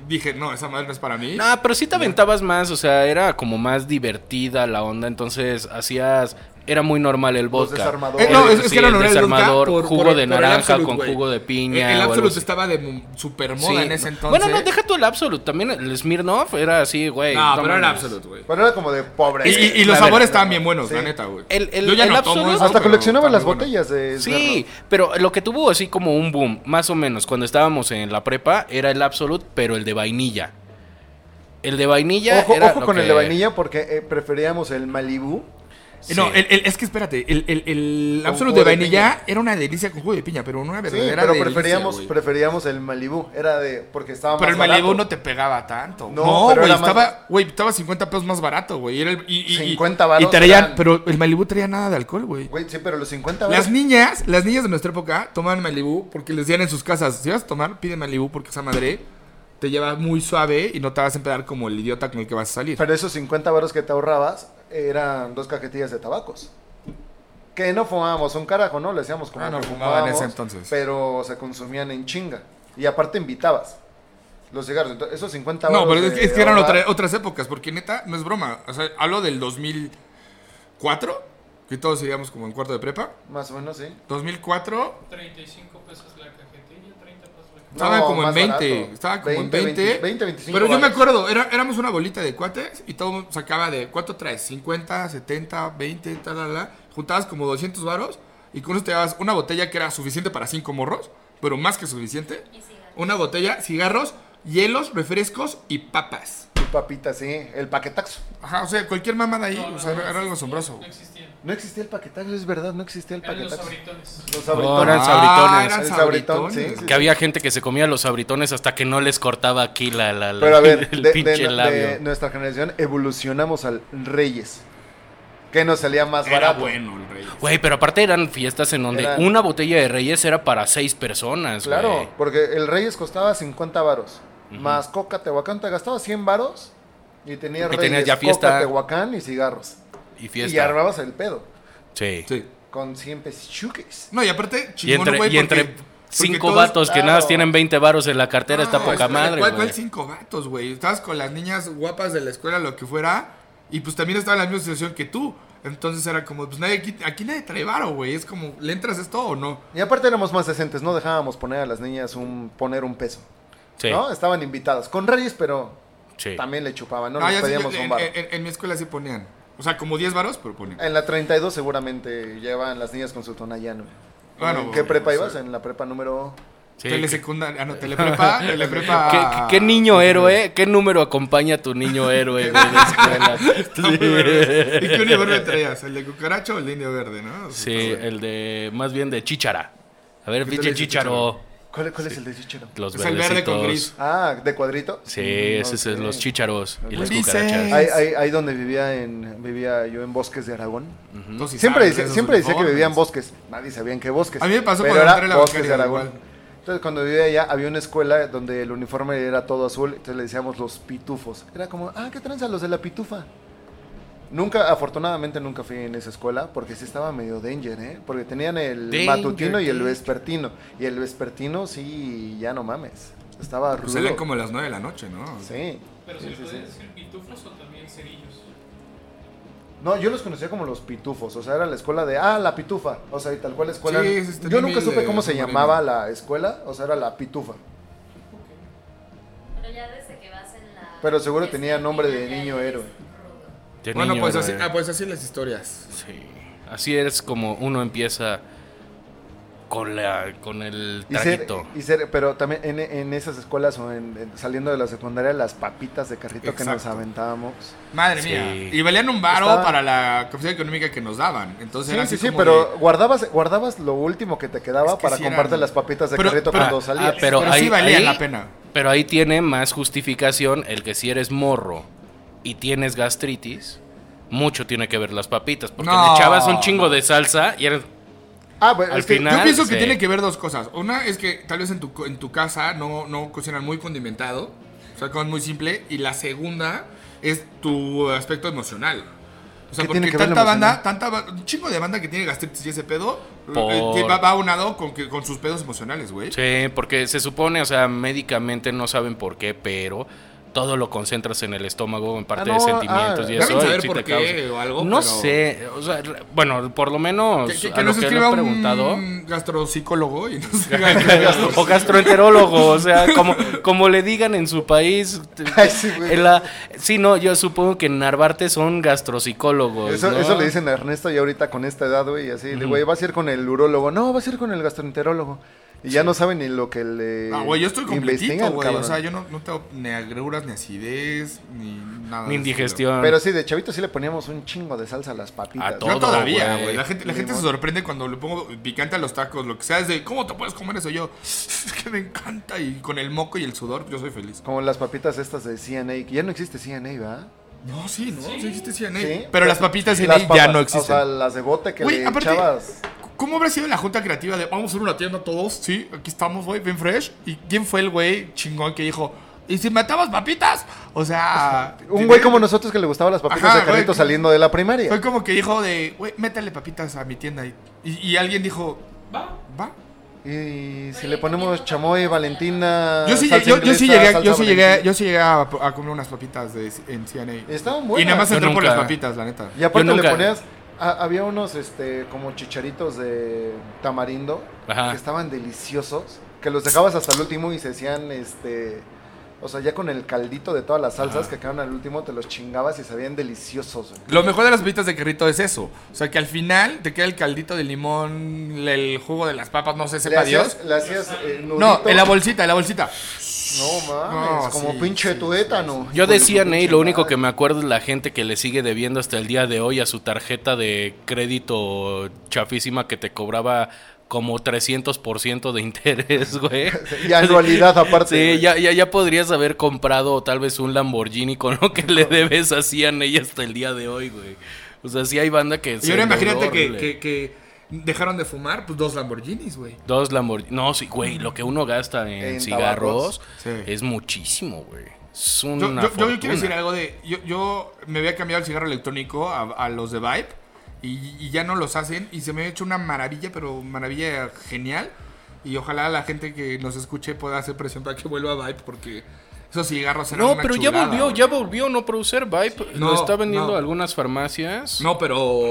dije, no, esa madre no es para mí. No, pero sí te aventabas más, o sea, era como más divertida la onda, entonces hacías, era muy normal el vodka. desarmadores. Eh, no, El- es, es sí, que era el normal el vodka desarmador, por- jugo por- de por el naranja Absolut, con güey. jugo de piña El, el o algo Absolut así. estaba de super Sí, moda en no. ese entonces. Bueno, no, deja tú el Absolut, también el Smirnoff era así, güey. No, pero mames. era el Absolut, güey. Pero era como de pobre. Y, y- y los A ver, sabores estaban bien buenos, sí. la neta, güey. El- el- Yo ya el no tomo Absolut- eso, Hasta pero coleccionaban está las muy bueno. botellas de Sí, pero lo que tuvo así como un boom, más o menos, cuando estábamos en la prepa, era el Absolut, pero el de vainilla. El de vainilla. Smirnoff. Ojo, era ojo lo con el que- de vainilla porque eh, preferíamos el Malibu. Sí. Eh, No, el- el- es que espérate, el, el, el Con Absolut jugo de de vainilla piña. era una delicia con jugo de piña, pero una Sí, verdadera pero delicia, preferíamos, güey. preferíamos el Malibu. Era de. Porque estaba más Pero el barato. Malibu no te pegaba tanto. No, No, pero güey, era más- estaba, güey, estaba 50 pesos más barato, güey. Era el- y, y, y- 50 varos Y traían, eran- pero el Malibu traía nada de alcohol, güey. Güey, sí, pero los 50 Las baros- niñas, las niñas de nuestra época tomaban Malibu porque les decían en sus casas, si vas a tomar, pide Malibu porque esa madre te lleva muy suave y no te vas a empedar como el idiota con el que vas a salir. Pero esos 50 baros que te ahorrabas eran dos cajetillas de tabacos. Que no fumábamos un carajo, ¿no? Le hacíamos como Ah, no que fumaba en ese fumábamos, entonces. Pero se consumían en chinga. Y aparte invitabas los cigarros. Entonces, esos 50 No, baros. pero es, de es que eran ahorrar- otra- otras épocas, porque neta, no es broma. O sea, hablo del 2004 Que todos iríamos como en cuarto de prepa. Más o menos, sí. 2004, 35 pesos la cajetilla, 30 pesos la No, Estaban como en más 20. barato. Estaba como en 20, 20. 20, 25 Pero yo me varos. acuerdo, era- éramos una bolita de cuates y todo sacaba de ¿cuánto traes? 50, 70, 20, tal, tal, tal. Juntabas como 200 varos y con eso te dabas una botella que era suficiente para cinco morros, pero más que suficiente. Y cigarros. Una botella, cigarros, hielos, refrescos y papas. Y papita, sí. El paquetaxo. Ajá, o sea, cualquier mamada ahí, No, o sea, no era algo existía, asombroso. No existían. No existía el paquetaxo, es verdad, no existía el Eran los paquetaxo. abritones. Los No, sabritones. eran sabritones. eran El sabritón, sabritones. sí, sí. Que había gente que se comía los sabritones hasta que no les cortaba aquí la, la- la- Pero a ver, el de, de- pinche de labio. nuestra generación evolucionamos al Reyes. Que nos salía más Era barato. bueno el rey. Güey, pero aparte eran fiestas en donde Eran- una botella de reyes era para seis personas, güey. Claro, porque el Reyes costaba 50 varos. Más coca, tehuacán, te gastabas 100 varos y tenías Y Reyes, tenías ya fiesta. coca, tehuacán y cigarros. Y Y ya fiesta. armabas el pedo. Sí. Sí. Con 100 pesichuques. No, y aparte, Y chingón, entre, güey, y entre porque- porque cinco todos- vatos que nada más claro. tienen 20 varos en la cartera está No, poca espera, madre, ¿cuál, güey. cuál cinco vatos, güey? Estabas con las niñas guapas de la escuela, lo que fuera, y pues también estaba en la misma situación que tú. Entonces era como, pues nadie aquí, aquí nadie trae varo, güey. Es como, ¿le entras esto o no? Y aparte éramos más decentes, no dejábamos poner a las niñas un poner un peso. Sí, ¿No? Estaban invitadas. Con Reyes, pero sí. también le chupaban. No, Ah, les ya sé, pedíamos yo- un en, varo. en- en mi escuela sí ponían. O sea, como 10 varos, pero Eh, ponían. En la 32 seguramente llevan las niñas con su tonallano. Bueno, ¿En bueno, qué prepa no ibas? sé. En la prepa número... Sí. Telesecundaria, ah, no, teleprepa, teleprepa. ¿Qué, qué- qué niño héroe? ¿Qué número acompaña a tu niño héroe, güey, de escuela? Está muy verga. ¿Y qué uniforme traías? ¿El de cucaracho o el de indio verde, no? O sea, Sí, está bueno. el de. Más bien de chichara. A ver, ¿Qué te pinche dice chicharo. ¿Cuál, cuál es el de chichero? Los Es el verde con verdecitos. gris. Ah, ¿de cuadrito? Sí, Mm, esos son ok. los chícharos y las Dice- cucarachas. Ahí, ahí- ahí donde vivía en vivía yo en Bosques de Aragón. Entonces, sí siempre sabes, decía, esos siempre decía que vivía en uniformes. bosques. Nadie sabía en qué bosques. A mí me pasó pero cuando era entré a la bosques de bancaria, Aragón. Pues igual. Entonces cuando vivía allá había una escuela donde el uniforme era todo azul, entonces le decíamos los pitufos. Era como, ah, qué tranza los de la pitufa. Nunca, afortunadamente nunca fui en esa escuela porque sí estaba medio danger, ¿eh? Porque tenían el Danger, matutino y el danger. vespertino. Y el vespertino sí, ya no mames. Estaba rudo. Pues eran como las 9 de la noche, ¿no? Sí. Pero sí, se le sí, puede sí. decir pitufos o también cerillos. No, yo los conocía como los pitufos, o sea, era la escuela de, ah, la pitufa, o sea, y tal cual escuela. Sí, es este yo Mimi nunca supe de cómo se Moreno. llamaba la escuela, o sea, era la pitufa, Ah. Pero ya desde que vas en la. pero seguro desde tenía la nombre de primaria niño ya héroe. eres rudo. De Bueno, niño pues así, héroe. ah, pues así las historias. Sí. Así es como uno empieza con la con el Y ser, traguito. y ser, pero también en, en esas escuelas o en, en- saliendo de la secundaria, las papitas de carrito que nos Exacto. aventábamos. Madre Sí. mía. Y valían un varo Estaba- para la capacidad económica que nos daban. Entonces Sí, era sí, así sí, como pero de- guardabas, guardabas lo último que te quedaba Es que para sí eran- comprarte las papitas de Pero- carrito pero- cuando salías. ah, pero sí ahí- valía ahí- la pena. Pero ahí tiene más justificación el que si eres morro y tienes gastritis, mucho tiene que ver las papitas. Porque No, le echabas un chingo no. de salsa y eran. ah, bueno, al es que- final- Yo pienso que sí. tiene que ver dos cosas. Una es que tal vez en tu, co- en tu casa no, no cocinan muy condimentado. O sea, comen muy simple. Y la segunda es tu aspecto emocional. O sea, ¿Qué porque tiene que ver lo tanta banda, emocional? tanta ba- un chingo de banda que tiene gastritis y ese pedo, Por- eh, va, va aunado con, que- con sus pedos emocionales, güey. Sí, porque se supone, o sea, médicamente no saben por qué, pero todo lo concentras en el estómago, en parte Ah, de no, sentimientos ah, y deben eso. y saber sí por te qué causa. o algo, No pero- sé, o sea, re- bueno, por lo menos Que, que- a que lo nos que escriba han preguntado. un gastrocicólogo y nos diga que- o gastroenterólogo, o sea, como, como le digan en su país. te- Ay, sí, Pues, güey. en la- sí, no, yo supongo que en Narvarte son gastropsicólogos. Eso, ¿no? eso le dicen a Ernesto y ahorita con esta edad, güey, y así, de, güey, vas a ir con el urólogo, no, vas a ir con el gastroenterólogo. Y ya no saben ni lo que le Ah, güey, yo estoy completito, investigan, güey. O cabrón. sea, yo no, no tengo ni agruras, ni acidez, ni nada. Ni de ese indigestión. Pero sí, de chavito sí le poníamos un chingo de salsa a las papitas. A ¿no? todo. pedo. Yo todavía, güey. güey. La gente, la gente se Limón. sorprende cuando le pongo picante a los tacos, lo que sea. Es de, ¿cómo te puedes comer eso? Yo, es que me encanta. Y con el moco y el sudor, yo soy feliz. Como las papitas estas de CNA, que ya no existe CNA, ¿verdad? No, sí, no. Sí, existe CNA. Sí. Pero las papitas CNA Las ya papas, no existen. O sea, las de bote que Güey, le aparte- echabas. ¿Cómo habrá sido la junta creativa de vamos a hacer una tienda todos? Sí, aquí estamos, güey, bien fresh. ¿Y quién fue el güey chingón que dijo, ¿y si matamos papitas? O sea. Un güey como nosotros que le gustaban las papitas Ajá, de carrito güey. saliendo de la Fue primaria. como que dijo de, güey, métale papitas a mi tienda. Y, y- y alguien dijo, Va. va. Y si Oye, le ponemos comiendo chamoy, Valentina. Yo sí, salsa yo, yo sí inglesa, llegué, salsa yo sí llegué, Valentina. yo sí llegué a, a comer unas papitas de, en CNA. Estaban Y buenas. nada más Yo entré por nunca. las papitas, la neta. Y aparte Yo nunca- le ponías ha- había unos este como chicharitos de tamarindo Ajá. que estaban deliciosos, que los dejabas hasta el último y se hacían este o sea, ya con el caldito de todas las salsas que quedaban al último, te los chingabas y sabían deliciosos. güey. Lo mejor de las papitas de carrito es eso. O sea, que al final te queda el caldito de limón, el jugo de las papas, no sé, Le sepa Dios. hacías, le hacías eh, No, nudito. en la bolsita, en la bolsita. No mames, No, como sí, pinche sí, tuétano. Yo Hijo de su decía, pinche Ney, lo único madre. que me acuerdo es la gente que le sigue debiendo hasta el día de hoy a su tarjeta de crédito chafísima que te cobraba como 300% de interés, güey. Y anualidad aparte. Sí, güey. ya, ya, ya podrías haber comprado tal vez un Lamborghini con lo que le debes a Ney hasta el día de hoy, güey. O sea, sí hay banda que... Y se ahora endeudó imagínate que, horrible. que- que dejaron de fumar, pues dos Lamborghinis, güey. Dos Lamborghini. No, sí, güey, lo que uno gasta en, En cigarros tabacos. Sí. es muchísimo, güey. Es una Yo, yo- yo fortuna. quiero decir algo de. Yo, yo me había cambiado el cigarro electrónico a, a los de Vibe y, y ya no los hacen. Y se me ha hecho una maravilla, pero maravilla genial. Y ojalá la gente que nos escuche pueda hacer presión para que vuelva a Vibe porque esos cigarros eran No, una pero ya chulada, volvió, güey. ya volvió no producer Vibe. No, lo está vendiendo no. algunas farmacias. No, pero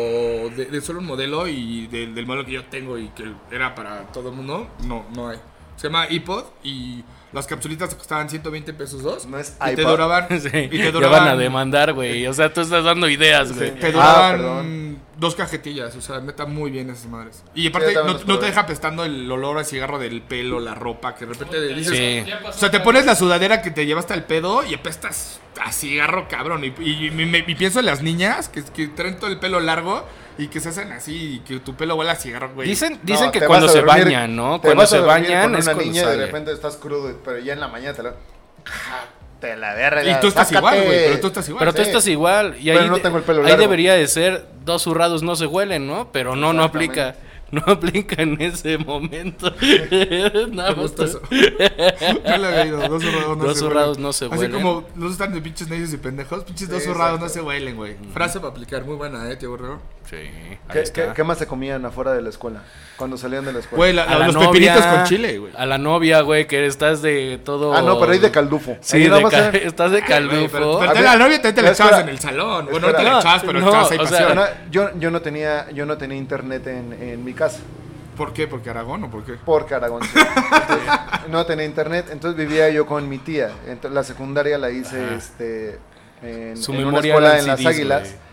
de, de solo un modelo y de- del modelo que yo tengo y que era para todo el mundo, no, no hay. Se llama iPod y las capsulitas costaban 120 pesos dos. No es y te iPod. duraban, Sí, y te ya van a duraban, demandar, güey. O sea, tú estás dando ideas, güey. Sí. te Ah, duraban perdón. dos cajetillas, o sea, neta muy bien esas madres. Y Sí, yo aparte no, también los no te probé. deja apestando el olor a cigarro del pelo, la ropa, que de repente dices, Sí. Ya o pasó sea, te otra pones la vez. sudadera que te llevaste al pedo y apestas a cigarro cabrón. Y, y- y me- y pienso en las niñas que, que traen todo el pelo largo y que se hacen así y que tu pelo huele a cigarro, güey. Dicen, No, dicen que te cuando vas a se dormir- bañan, ¿no? te Cuando vas a se dormir bañan con es una cuando niña y sale. de repente estás crudo, pero ya en la mañana te la. Ja, Te la verga. y tú estás sácate. igual, güey. Pero tú estás igual. Pero tú Sí. estás igual. Y Pero ahí, no de- tengo el pelo ahí largo. debería de ser dos zurrados no se huelen, ¿no? Pero no, no aplica. No aplica en ese momento. Nada más Me gusta te- eso. No lo he oído, Dos zurrados no ¿eh? Dos se zurrados huelen. no se Así huelen. como no están de pinches necios y pendejos, pinches dos Sí, zurrados exacto. no se huelen, güey. Frase para aplicar, muy buena, eh, tío Guerrero. Sí, ahí ¿Qué, está. qué- qué más se comían afuera de la escuela? Cuando salían de la escuela. Güey, la- A la los novia, pepinitos con chile, güey. A la novia, güey, que estás de todo. Ah, no, pero ahí de caldufo. Sí, Ahí de nada más ca- era- estás de Güey, Pero caldufo. pero A te ver, la novia también te la no, echabas en espera. el salón. Bueno, no te Espera. la echabas, pero No, echabas ahí o sea, pasión. No, yo, yo no tenía, yo no tenía internet en, en mi casa. ¿Por qué? ¿Porque Aragón o por qué? Porque Aragón. sí. Entonces, no tenía internet. Entonces vivía yo con mi tía. Entonces, la secundaria la hice este, en, Su en una memoria escuela eran en Las CDs, Águilas. güey.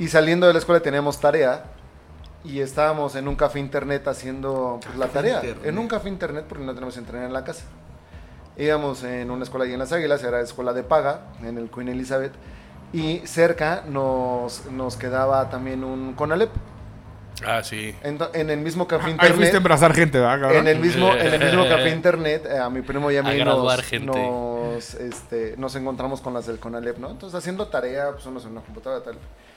Y saliendo de la escuela teníamos tarea. Y estábamos en un café internet haciendo pues, la tarea. internet. En un café internet porque no tenemos internet en la casa. Íbamos en una escuela ahí en Las Águilas, era escuela de paga, en el Queen Elizabeth. Y cerca nos, nos quedaba también un Conalep. Ah, sí. En, en el mismo café Ahí fuiste a internet. embrazar gente, ¿verdad, cabrón? En el mismo, en el mismo café internet, eh, a mi primo y a A mí graduar nos, gente. nos, este, nos encontramos con las del Conalep, ¿no? Entonces, haciendo tarea, pues unos en una computadora tal.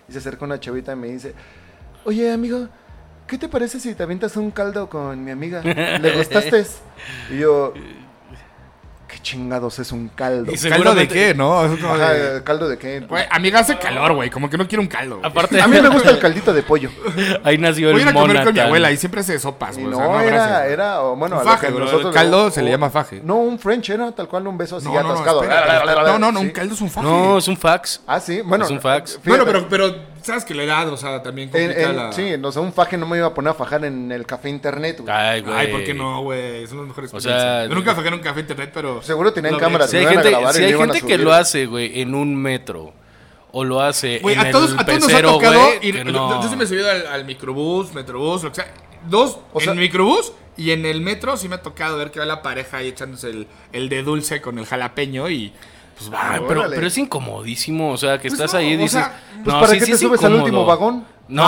Y se acerca una chavita y me dice, oye, amigo, ¿qué te parece si te avientas un caldo con mi amiga? ¿Le gustaste? Y yo, ¿qué chingados es un caldo? Y se- ¿Caldo de Seguramente- qué, no? Es como Ajá, eh. de- Pues, ¿el ¿Caldo de qué? Güey, amiga, hace calor, güey. Como que no quiero un caldo. güey. Aparte, A mí me gusta el caldito de pollo. Pues, ahí nació Voy a ir el a comer con mi Monatán. abuela y siempre hace sopas, Y güey. no, o sea, era, pues, gracias, güey. era, o bueno, Un a lo que faje, bro, el nosotros- caldo se le o- llama faje. No, un French era tal cual un beso así No, no, no, atascado. espera. No, no, no, Sí. un caldo es un faje. No, es un fax. Ah, sí, bueno. Es un fax. fíjate, Bueno, pero, pero sabes que la edad, o sea, también en- complica en- la... Sí, no sé, un faje no me iba a poner a fajar en el café internet, güey. Ay, güey. Ay, ¿por qué no, güey? Son los mejores. O sea, Yo nunca fajé en un café internet, pero... Seguro tenían lo- cámaras. Si hay Lo iban a gente, grabar y si lo hay iban a gente que subir. lo hace, güey, en un metro. O lo hace Güey, en a todos, el a todos nos ha pecero, tocado güey. ir... que yo- no. Yo sí me he subido al, al microbús, metrobús, lo que sea. Dos, O sea- en el microbús y en el metro sí me ha tocado ver que va la pareja ahí echándose el, el de dulce con el jalapeño y... Pues va, Ay, pero, Órale. pero es incomodísimo, o sea, que Pues estás no, ahí y o dices... sea, Pues no, para sí, qué sí te es subes al incómodo". último vagón. No,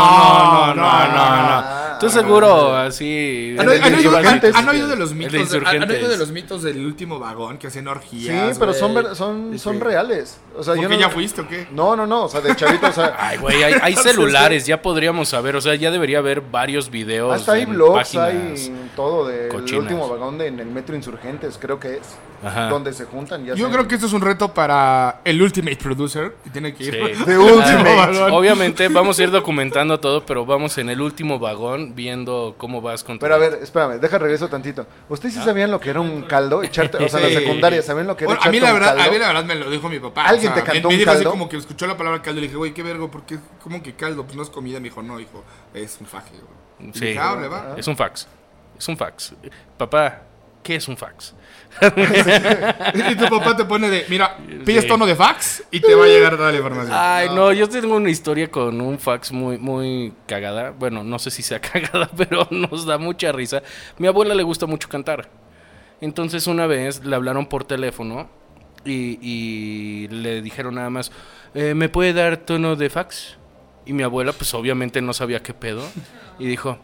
no, no, no, No, no. no. Tú seguro, así... ¿Han, han El de oído- han- insurgentes. han oído Ah, de los El de mitos? de- han- ¿Han oído de insurgentes. los mitos del último vagón que hacían Sí, orgías? pero son, güey? ver- son, Sí, son sí. reales. O sea, ¿Por yo qué no- ya fuiste o qué? No, no, no. O sea, de chavito, o sea. Ay, güey, hay, hay celulares, ya podríamos saber, o sea, ya debería haber varios videos. Hasta hay en blogs, páginas. hay todo del cochinas. último vagón de, en el metro Insurgentes, creo que es. Ajá. Donde se juntan. Ya Yo se- creo que esto es un reto para el Ultimate Producer. Y tiene que ir. Sí. De Ah, último vagón. Obviamente vamos a ir documentando todo, pero vamos en el último vagón van viendo cómo vas con tu Pero a dieta. ver, espérame, deja regreso tantito. ¿Ustedes sí sabían lo que era un caldo? Echarte, o sea, en la secundaria, ¿sabían lo que era Ah. Bueno, a mí echarte la un verdad, caldo? a mí la verdad me lo dijo mi papá. ¿Alguien te cantó me- me un dijo así caldo? como que escuchó la palabra caldo y le dije, güey, qué vergo, ¿por qué? ¿Cómo que caldo? Pues no es comida, me dijo, no, hijo, es un faje, güey. Y Sí. dije, ah, le va. Es un fax. Es un fax. Papá, ¿qué es un fax? Y tu papá te pone de, mira, pides Sí. tono de fax y te va a llegar toda la información. Ay, no, yo tengo una historia con un fax muy, muy cagada. Bueno, no sé si sea cagada, pero nos da mucha risa. Mi abuela le gusta mucho cantar. Entonces una vez le hablaron por teléfono y, y le dijeron nada más, "Eh, ¿me puede dar tono de fax? Y mi abuela pues obviamente no sabía qué pedo y dijo,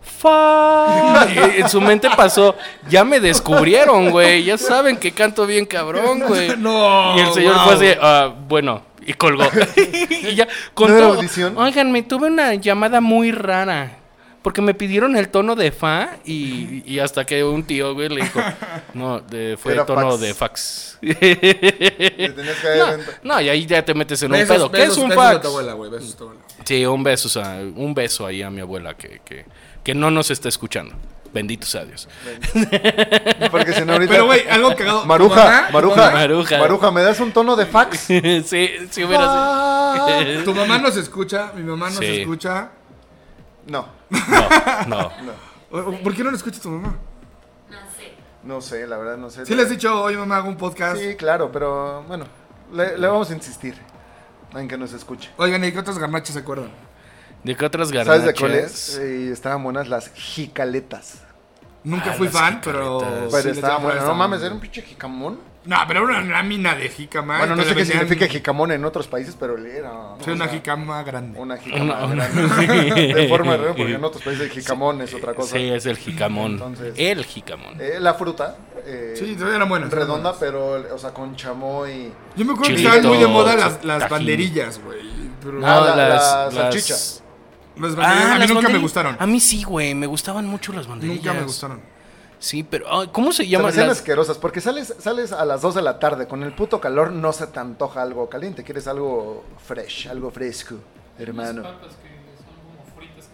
"Fa". Y en su mente pasó, ya me descubrieron, güey, ya saben que canto bien cabrón, güey. No, Y el señor Oh, wow. fue así, "Ah, bueno, y colgó. y ya, con ¿No era todo, audición? Oigan, me tuve una llamada muy rara. Porque me pidieron el tono de fa y, y hasta que un tío, güey, le dijo, no, de- fue Era tono fax. de fax. Te tenías que dar no, cuenta. no, y ahí ya te metes en Besos, un pedo. ¿Qué besos, es un besos a tu fax? abuela, güey, besos a tu abuela. Sí, un beso, o sea, un beso ahí a mi abuela que, que, que no nos está escuchando. Bendito sea Dios. Porque si no ahorita... Pero, güey, algo cagado. ¿Tu Maruja, mamá- Maruja, Maruja. Maruja, ¿me das un tono de fax? sí, sí hubiera Ah. sido- Tu mamá nos escucha, mi mamá nos Sí. escucha. No, No, O- o- ¿Por qué no nos escucha tu mamá? No sé. no sé, la verdad no sé. Sí le has dicho, oye, mamá, hago un podcast. Sí, claro, pero bueno, le, le vamos a insistir en que nos escuche. Oigan, ¿y qué otras garnachas se acuerdan? ¿De qué otras garnachas? ¿Sabes de cuál es? Eh, estaban buenas las jicaletas. Nunca Ah, fui las fan, pero. jicaretas. Pero sí les estaban daba buenas. esa- No mames, era un pinche jicamón. No, pero era una lámina de jicama. bueno, y no te sé la qué metían- significa jicamón en otros países, pero le era. Sí, una o sea, jicama grande. Una Una- jicama. una- grande. De forma rara, porque en otros países el jicamón es otra cosa. Sí, es el jicamón. Entonces- el jicamón. Eh, la fruta. eh, Sí, todavía eran buenas. redonda, pero, o sea, con chamoy. Yo me acuerdo Chilito, que estaban muy de moda las, las tajín. banderillas, güey. Pero No, Ah, la- la las- salchicha. las banderillas Ah, a mí las nunca me banderi- gustaron. A mí sí, güey. Me gustaban mucho las banderillas. Nunca me gustaron. Sí, pero. ay, ¿Cómo se Se me llaman hacían las.? asquerosas, porque sales, sales a las 2 de la tarde, con el puto calor no se te antoja algo caliente, quieres algo fresh, algo fresco, hermano. Unas papas que son como fritas.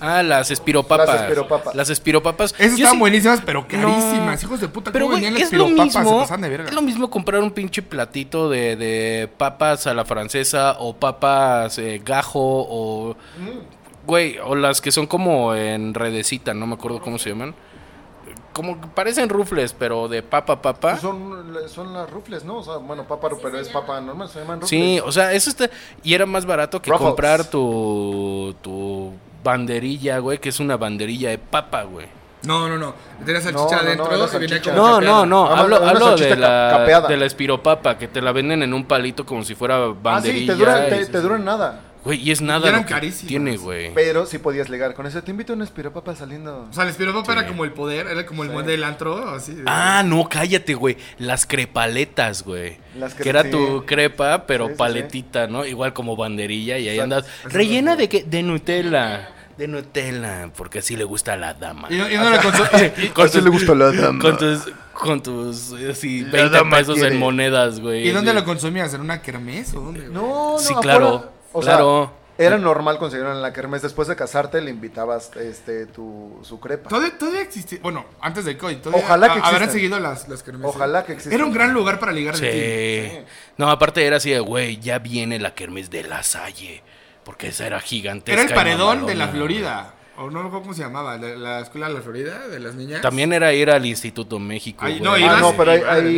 Ah, las espiropapas. Las espiropapas. Las espiropapas. Esas Yo estaban sí- buenísimas, pero No. carísimas. Hijos de puta, Pero, ¿cómo güey, venían las es lo piropapas? Se mismo. pasaban de verga. Es lo mismo comprar un pinche platito de, de papas a la francesa o papas eh, gajo o. Mm. Güey, o las que son como en redecita, no me acuerdo cómo se llaman. Como que parecen rufles, pero de papa, papa. ¿Ah? Son, son las rufles, ¿no? O sea, bueno, papa, pero es papa normal, se llaman rufles. Sí, o sea, eso está. Y era más barato que Ruffles. comprar tu, tu banderilla, güey, que es una banderilla de papa, güey. No, no, no. Tenía salchicha No, no, no, adentro. era y venía salchicha. como No, capeada. no, no. Ah, Hablo, una hablo salchicha de, cap- la, capeada. de la espiropapa, que te la venden en un palito como si fuera Ah, sí, banderilla. te duran, y- te, te duran nada. Güey, y es nada. eran lo que carísimas. Tiene, güey. Pero sí podías ligar con eso. Te invito a una espiropapa saliendo. O sea, el espiropapa era como el poder, era como el molde del antro, así. de- Ah, no, cállate, güey. Las crepaletas, güey. Las que cre- era sí. tu crepa, pero Sí, sí, paletita, ¿no? Igual como banderilla y ahí Exacto. andas. ¿Rellena de qué? De Nutella. De Nutella, porque así le gusta a la dama. Y no, y no la conso- Con tus- gusta la dama. Con tus, con tus eh, sí, La 20 dama pesos quiere. en monedas, güey. ¿Y dónde Sí. lo consumías? ¿En una kermés o dónde? güey? No, no, Sí, afuera. claro, O sea, claro. era normal conseguirlo en la kermés. Después de casarte, le invitabas este, tu, su crepa. Todavía, todavía existía. Bueno, antes del COVID. todavía- Ojalá que a- Habrán existan. seguido las, las kermés. ¿eh? Ojalá que existan. Era un gran lugar para ligar de ti. Sí. No, aparte era así de, güey, ya viene la kermés de la Salle. Porque esa era gigantesca. Era el y paredón de la mamalona. Florida. O no me acuerdo cómo se llamaba. La, la escuela de la Florida, de las niñas. También era ir al Instituto México. Ay, güey. no, Ah, ibas- no, pero ahí, ibas de ahí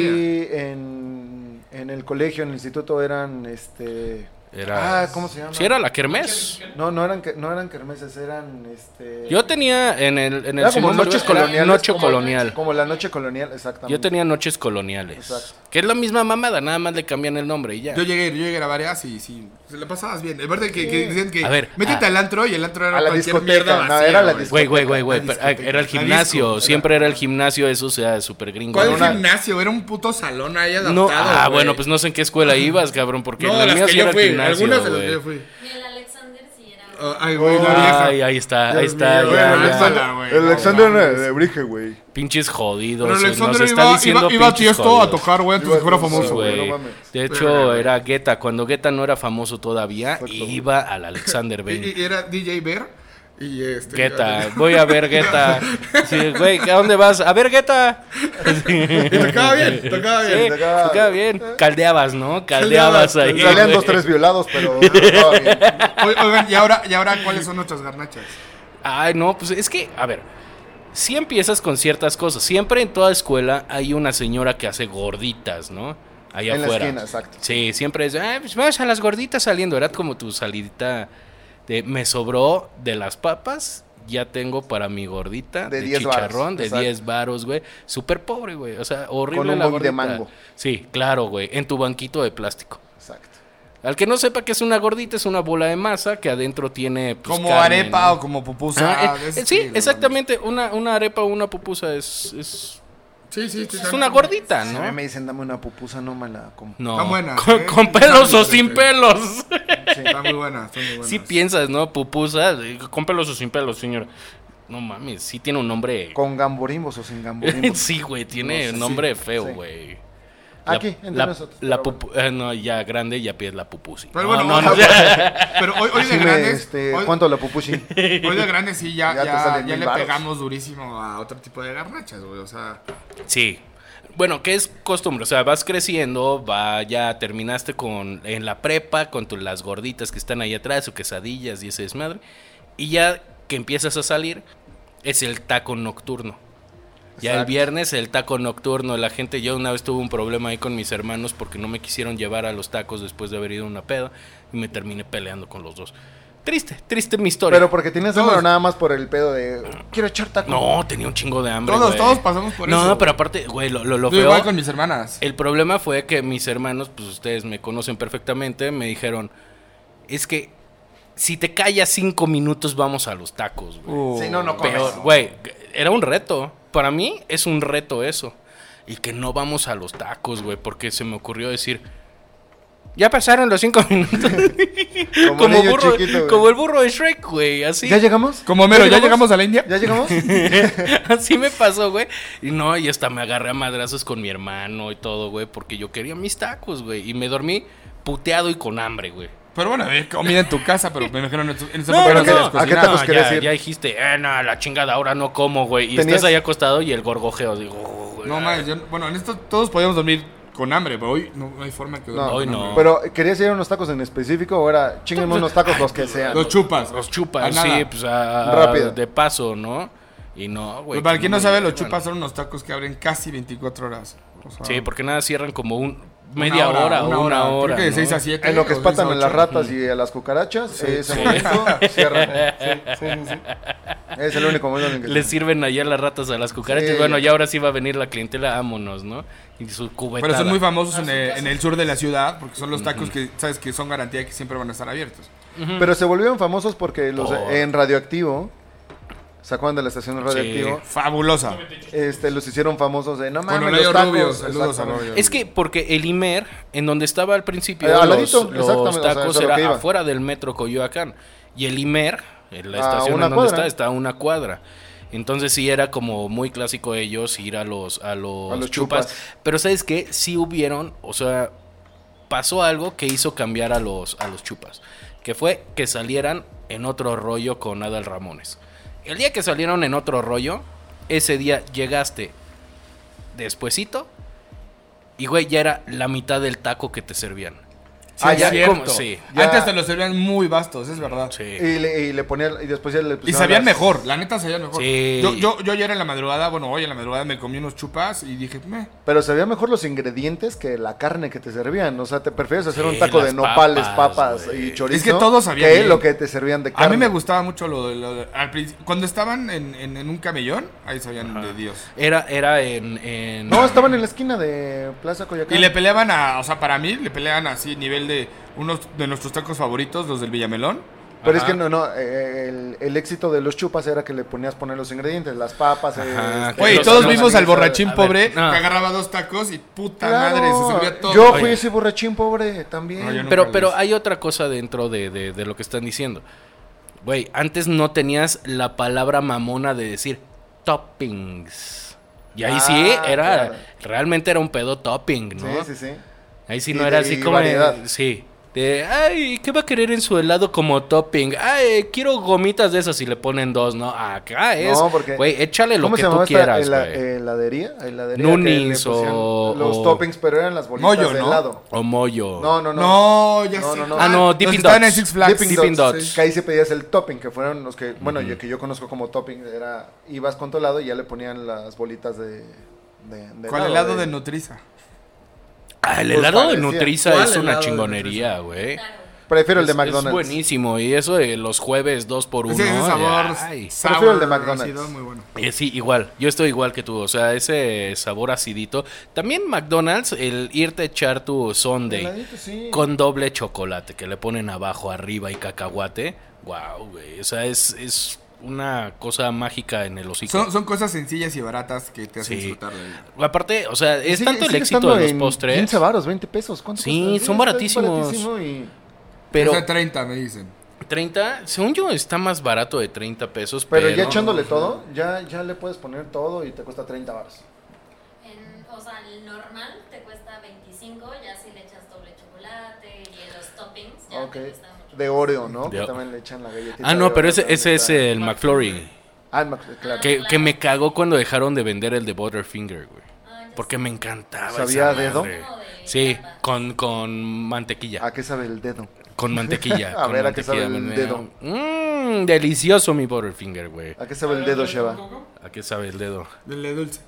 en, en el colegio, en el instituto eran este. Era- Ah, ¿cómo se llama? Sí, era la kermés. No, no eran, que- no eran kermeses, eran este. Yo tenía en el, en el Era como segundo noches lugar, era coloniales. Noche como- colonial. Como la noche colonial, exactamente. Yo tenía noches coloniales. Exacto. Que es la misma mamada, nada más le cambian el nombre y ya. Yo llegué, yo llegué a varias y sí. Se la pasabas bien. Aparte que, que decían que. A ver, Métete ah. al antro y el antro era A la cualquier discoteca, mierda no, vacía, era la güey. discoteca. Güey, güey, güey, güey. La pero, ah, discoteca. Era el La disco, gimnasio. era- Siempre era el gimnasio, eso, o sea, súper gringo. ¿Cuál ¿no? una- gimnasio? Era un puto salón ahí adaptado. No, ah, güey. bueno, pues no sé en qué escuela ibas, cabrón, porque No, la las mía que sí yo era fui. gimnasio, Algunas de las que güey. yo fui. Ni el Alexander si era. Ah, Ay, güey, la vieja. Ay, ahí está, ahí Dios está. mío, ya, güey, ya. Alexander- El Alexander No, era de Brige, güey. Pinches jodidos. Pero nos Alexander está iba, diciendo iba, iba a pinches Tiesto a jodidos. tocar, güey, antes de que fuera Sí, famoso, güey. güey. no mames. de hecho, era Guetta. Cuando Guetta no era famoso todavía, iba al Alexander Y- Bain. y Era DJ Bear. Y este. Guetta, voy a ver Guetta. Sí, güey, ¿a dónde vas? A ver Guetta. Y tocaba bien, tocaba Sí, bien. tocaba- tocaba bien. Caldeabas, ¿no? Caldeabas, Caldeabas ahí. Salían güey. dos, tres violados, pero estaba bien. Oye, Oigan, y ahora, y ahora, ¿cuáles son nuestras garnachas? Ay, no, pues es que, a ver, si empiezas con ciertas cosas. Siempre en toda escuela hay una señora que hace gorditas, ¿no? Allá En la afuera. esquina, exacto. Sí, siempre es, "Ah, pues vamos a las gorditas saliendo. Era como tu salidita de, me sobró de las papas, ya tengo para mi gordita. De De, 10 varos, chicharrón, de exacto. 10 varos, güey. Súper pobre, güey. O sea, horrible Con un la boing de gordita. mango. Sí, claro, güey. En tu banquito de plástico. Exacto. Al que no sepa que es una gordita, es una bola de masa que adentro tiene. pues, como carne, arepa ¿no? o como pupusa. Ah, de eh, ese eh, sí, estilo, exactamente. Una, una arepa o una pupusa es, es, ¿no? Sí, sí, sí. es una gordita, A mí me ¿no? dicen, dame una pupusa, no me la como. No, Están buenas, con, ¿eh? con pelos o sin Sí. pelos. Están muy buenas, están muy buenas. Si piensas, ¿no? Pupusa, eh, con pelos o sin pelos, señor. No mames, sí tiene un nombre. ¿Con gamborimbos o sin gamborimbos? sí, güey, tiene No sé, nombre sí, feo, sí. güey. La- Aquí, entre la, nosotros. la pero pupu- eh, no, ya grande, ya pides la pupusi. Pero No, bueno, no, no, no, pero hoy, hoy bueno. de Dime, grandes. este, hoy, ¿cuánto la pupusi? hoy de grandes sí ya, Ya ya, te salen ya mil le varos. pegamos durísimo a otro tipo de garnachas, güey. O sea, Sí. Bueno, ¿qué es costumbre? O sea, vas creciendo, va, ya terminaste con en la prepa, con tu- las gorditas que están ahí atrás, o quesadillas y ese desmadre. Y ya que empiezas a salir, es el taco nocturno. Ya el Exacto. viernes el taco nocturno, la gente, yo una vez tuve un problema ahí con mis hermanos porque no me quisieron llevar a los tacos después de haber ido a una peda y me terminé peleando con los dos. Triste, triste mi historia. Pero porque tienes hambre o nada más por el pedo de. Quiero echar taco. no, tenía un chingo de hambre. todos, güey. todos pasamos por no, eso. No, pero aparte, güey, lo, lo, lo Yo feo- Eh, igual con mis hermanas. el problema fue que mis hermanos, pues ustedes me conocen perfectamente, me dijeron, es que si te callas cinco minutos vamos a los tacos, güey. Uh. Sí, no, no comes. Peor, güey, era un reto. Para mí es un reto eso. Y que no vamos a los tacos, güey, porque se me ocurrió decir, ya pasaron los cinco minutos, Como, como, niño burro, chiquito, güey. como el burro de Shrek, güey, así. ¿Ya llegamos? Como mero, ¿ya ¿Ya llegamos a la India? ¿Ya llegamos? Así me pasó, güey. Y no, y hasta me agarré a madrazos con mi hermano y todo, güey, porque yo quería mis tacos, güey. Y me dormí puteado y con hambre, güey. Pero bueno, había comida en tu casa, pero me imagino en esta en esta No, época no, ¿a qué- no. hacías a qué cocinar. tacos No, quieres ya, ir? ya dijiste, eh, no, la chingada, ahora no como, güey. Y Tenías- estás ahí acostado y el gorgojeo, digo, "Oh, güey, No, ah". mames, yo- bueno, en esto todos podíamos dormir con hambre, pero hoy no, no hay forma que No, Hoy con no. hambre. Pero ¿querías ir a unos tacos en específico o era chinguenme unos tacos los que sean? Los chupas. Los A chupas, nada. sí, pues a- Rápido. de paso, ¿no? Y no, güey. Pues para quien no sabe, los llevan. chupas son unos tacos que abren casi 24 horas. O sea, Sí, porque nada cierran como un una media hora, una hora. Creo que de ¿no? 6 a 7. En lo que espatan a las ratas y a las cucarachas, ese sí. momento cierran. Es el único momento en el que Les cierran. sirven allá las ratas a las cucarachas. Sí. Bueno, ya ahora sí va a venir la clientela, ámonos, ¿no? Y su cubeta. Pero son muy famosos Ah, en el, en el sur de la ciudad porque son los tacos que, sabes, que son garantía de que siempre van a estar abiertos. Pero se volvieron famosos porque los Oh. Por- en Radioactivo, ¿se acuerdan de la estación de Radioactivo? Fabulosa. Este, los hicieron famosos de, no Con mames, Olayo los tacos. Rubio. Saludos a Exactamente. Olayo Es que porque el Imer, en donde estaba al principio, Eh, al los, ladito, los exactamente, o sea, tacos eso es lo que era iba. afuera del metro Coyoacán. Y el Imer, en la A estación en Ah, una donde cuadra. está, está a una cuadra. Entonces sí era como muy clásico ellos ir a los, a los, A los chupas. chupas. Pero ¿sabes qué? Sí hubieron, o sea, pasó algo que hizo cambiar a los, a los chupas. Que fue que salieran en otro rollo con Adal Ramones. El día que salieron en otro rollo, ese día llegaste despuesito y güey, ya era la mitad del taco que te servían. Ah, Sí, es ya, cierto. ¿cómo? Sí. Ya- Antes te los servían muy vastos, es verdad. Sí. Y le, y le ponían, y después ya le Y pusieron sabían las- mejor, la neta sabían mejor. Sí. Yo, yo, yo ayer en la madrugada, bueno, hoy en la madrugada me comí unos chupas y dije, meh. Pero sabían mejor los ingredientes que la carne que te servían. O sea, te prefieres hacer Sí, un taco de las nopales, papas, papas güey. y chorizo. Es que todo sabía Que bien. lo que te servían de carne. A mí me gustaba mucho lo de... lo de- al princi- cuando estaban en, en- en un camellón, ahí sabían de Dios. Era, era en, en- No, estaban en la esquina de Plaza Coyacán. Y le peleaban a... O sea, para mí, le peleaban así nivel de unos de nuestros tacos favoritos, los del Villamelón. Pero es Ajá. que no, no, eh, el, el éxito de los chupas era que le ponías poner los ingredientes, las papas. Ajá, este, Güey, Ah, Los- todos los vimos al amiguitos. borrachín A ver, pobre no. que agarraba dos tacos y puta Claro, madre, se subía todo. Yo Oye, fui ese borrachín pobre también. No, yo no. Pero, nunca pero les- hay otra cosa dentro de, de- de lo que están diciendo. Güey, antes no tenías la palabra mamona de decir toppings. Y ahí sí, Ah, era. claro. Realmente era un pedo topping, ¿no? Sí, sí, sí. Ahí sí Y no era de- así y como. variedad. Sí. De, ay, ¿qué va a querer en su helado como topping? Ay, quiero gomitas de esas y le ponen dos, ¿no? Acá es. No, porque- Güey, échale lo ¿Cómo que se tú llamaba esta eh, quieras, hela- güey. heladería? heladería que le Nunis pusían o- Los o- toppings, pero eran las bolitas Mollo, de ¿no? helado. O mollo. No, no, no. No, ya No, sé. no, no. Ah, no, los que Dippin' estaban en Dots. Six Flags. Dipping, Dipping dots. Dots. Que ahí se pedías el topping, que fueron los que, bueno, yo, que yo conozco como topping, era, ibas con tu helado y ya le ponían las bolitas de... de, de ¿Cuál helado de Nutriza? Ah, el Pues helado de parecía. Nutriza ¿Cuál es una helado de chingonería, eh. güey. Claro. Prefiero el de Es- McDonald's. Es buenísimo. Y eso de los jueves dos por uno. Ese, ese sabor. ay. sour, Prefiero el de McDonald's. ácido, muy bueno. Eh, sí, igual. Yo estoy igual que tú. O sea, ese sabor acidito. También McDonald's, el irte a echar tu Sunday Heladito, sí. con doble chocolate que le ponen abajo, arriba y cacahuate. Wow, güey. O sea, es, es una cosa mágica en el hocico. Son, son cosas sencillas y baratas que te hacen Sí. disfrutar de ella. Aparte, o sea, es Sigue- tanto el sigue éxito estando de los en postres. 15 varos, 20 pesos. ¿cuánto Sí, cuesta? son es baratísimos. baratísimo y- Pero O sea, 30 me dicen. 30, según yo, está más barato de 30 pesos. Pero, Pero, ya echándole todo, ya, ya le puedes poner todo y te cuesta 30 varos. En- o sea, el normal te cuesta 25, ya si le echas doble chocolate y los toppings, ya Ok. te cuesta mucho. De Oreo, ¿no? De Que o- también le echan la galletita. Ah, de no, Oreo pero ese, también ese es está. el McFlurry. Ah, el Mc- claro. Que, que me cagó cuando dejaron de vender el de Butterfinger, güey. Ah, Porque me encantaba. esa ¿Sabía a dedo? madre. Sí, con, con mantequilla. ¿A qué sabe el dedo? Con mantequilla. A con ver, ¿a qué sabe mantequilla, el güey. Mmm, delicioso mi Butterfinger, güey. ¿A qué sabe el dedo, Sheva? ¿A qué sabe el dedo? Del de dulce.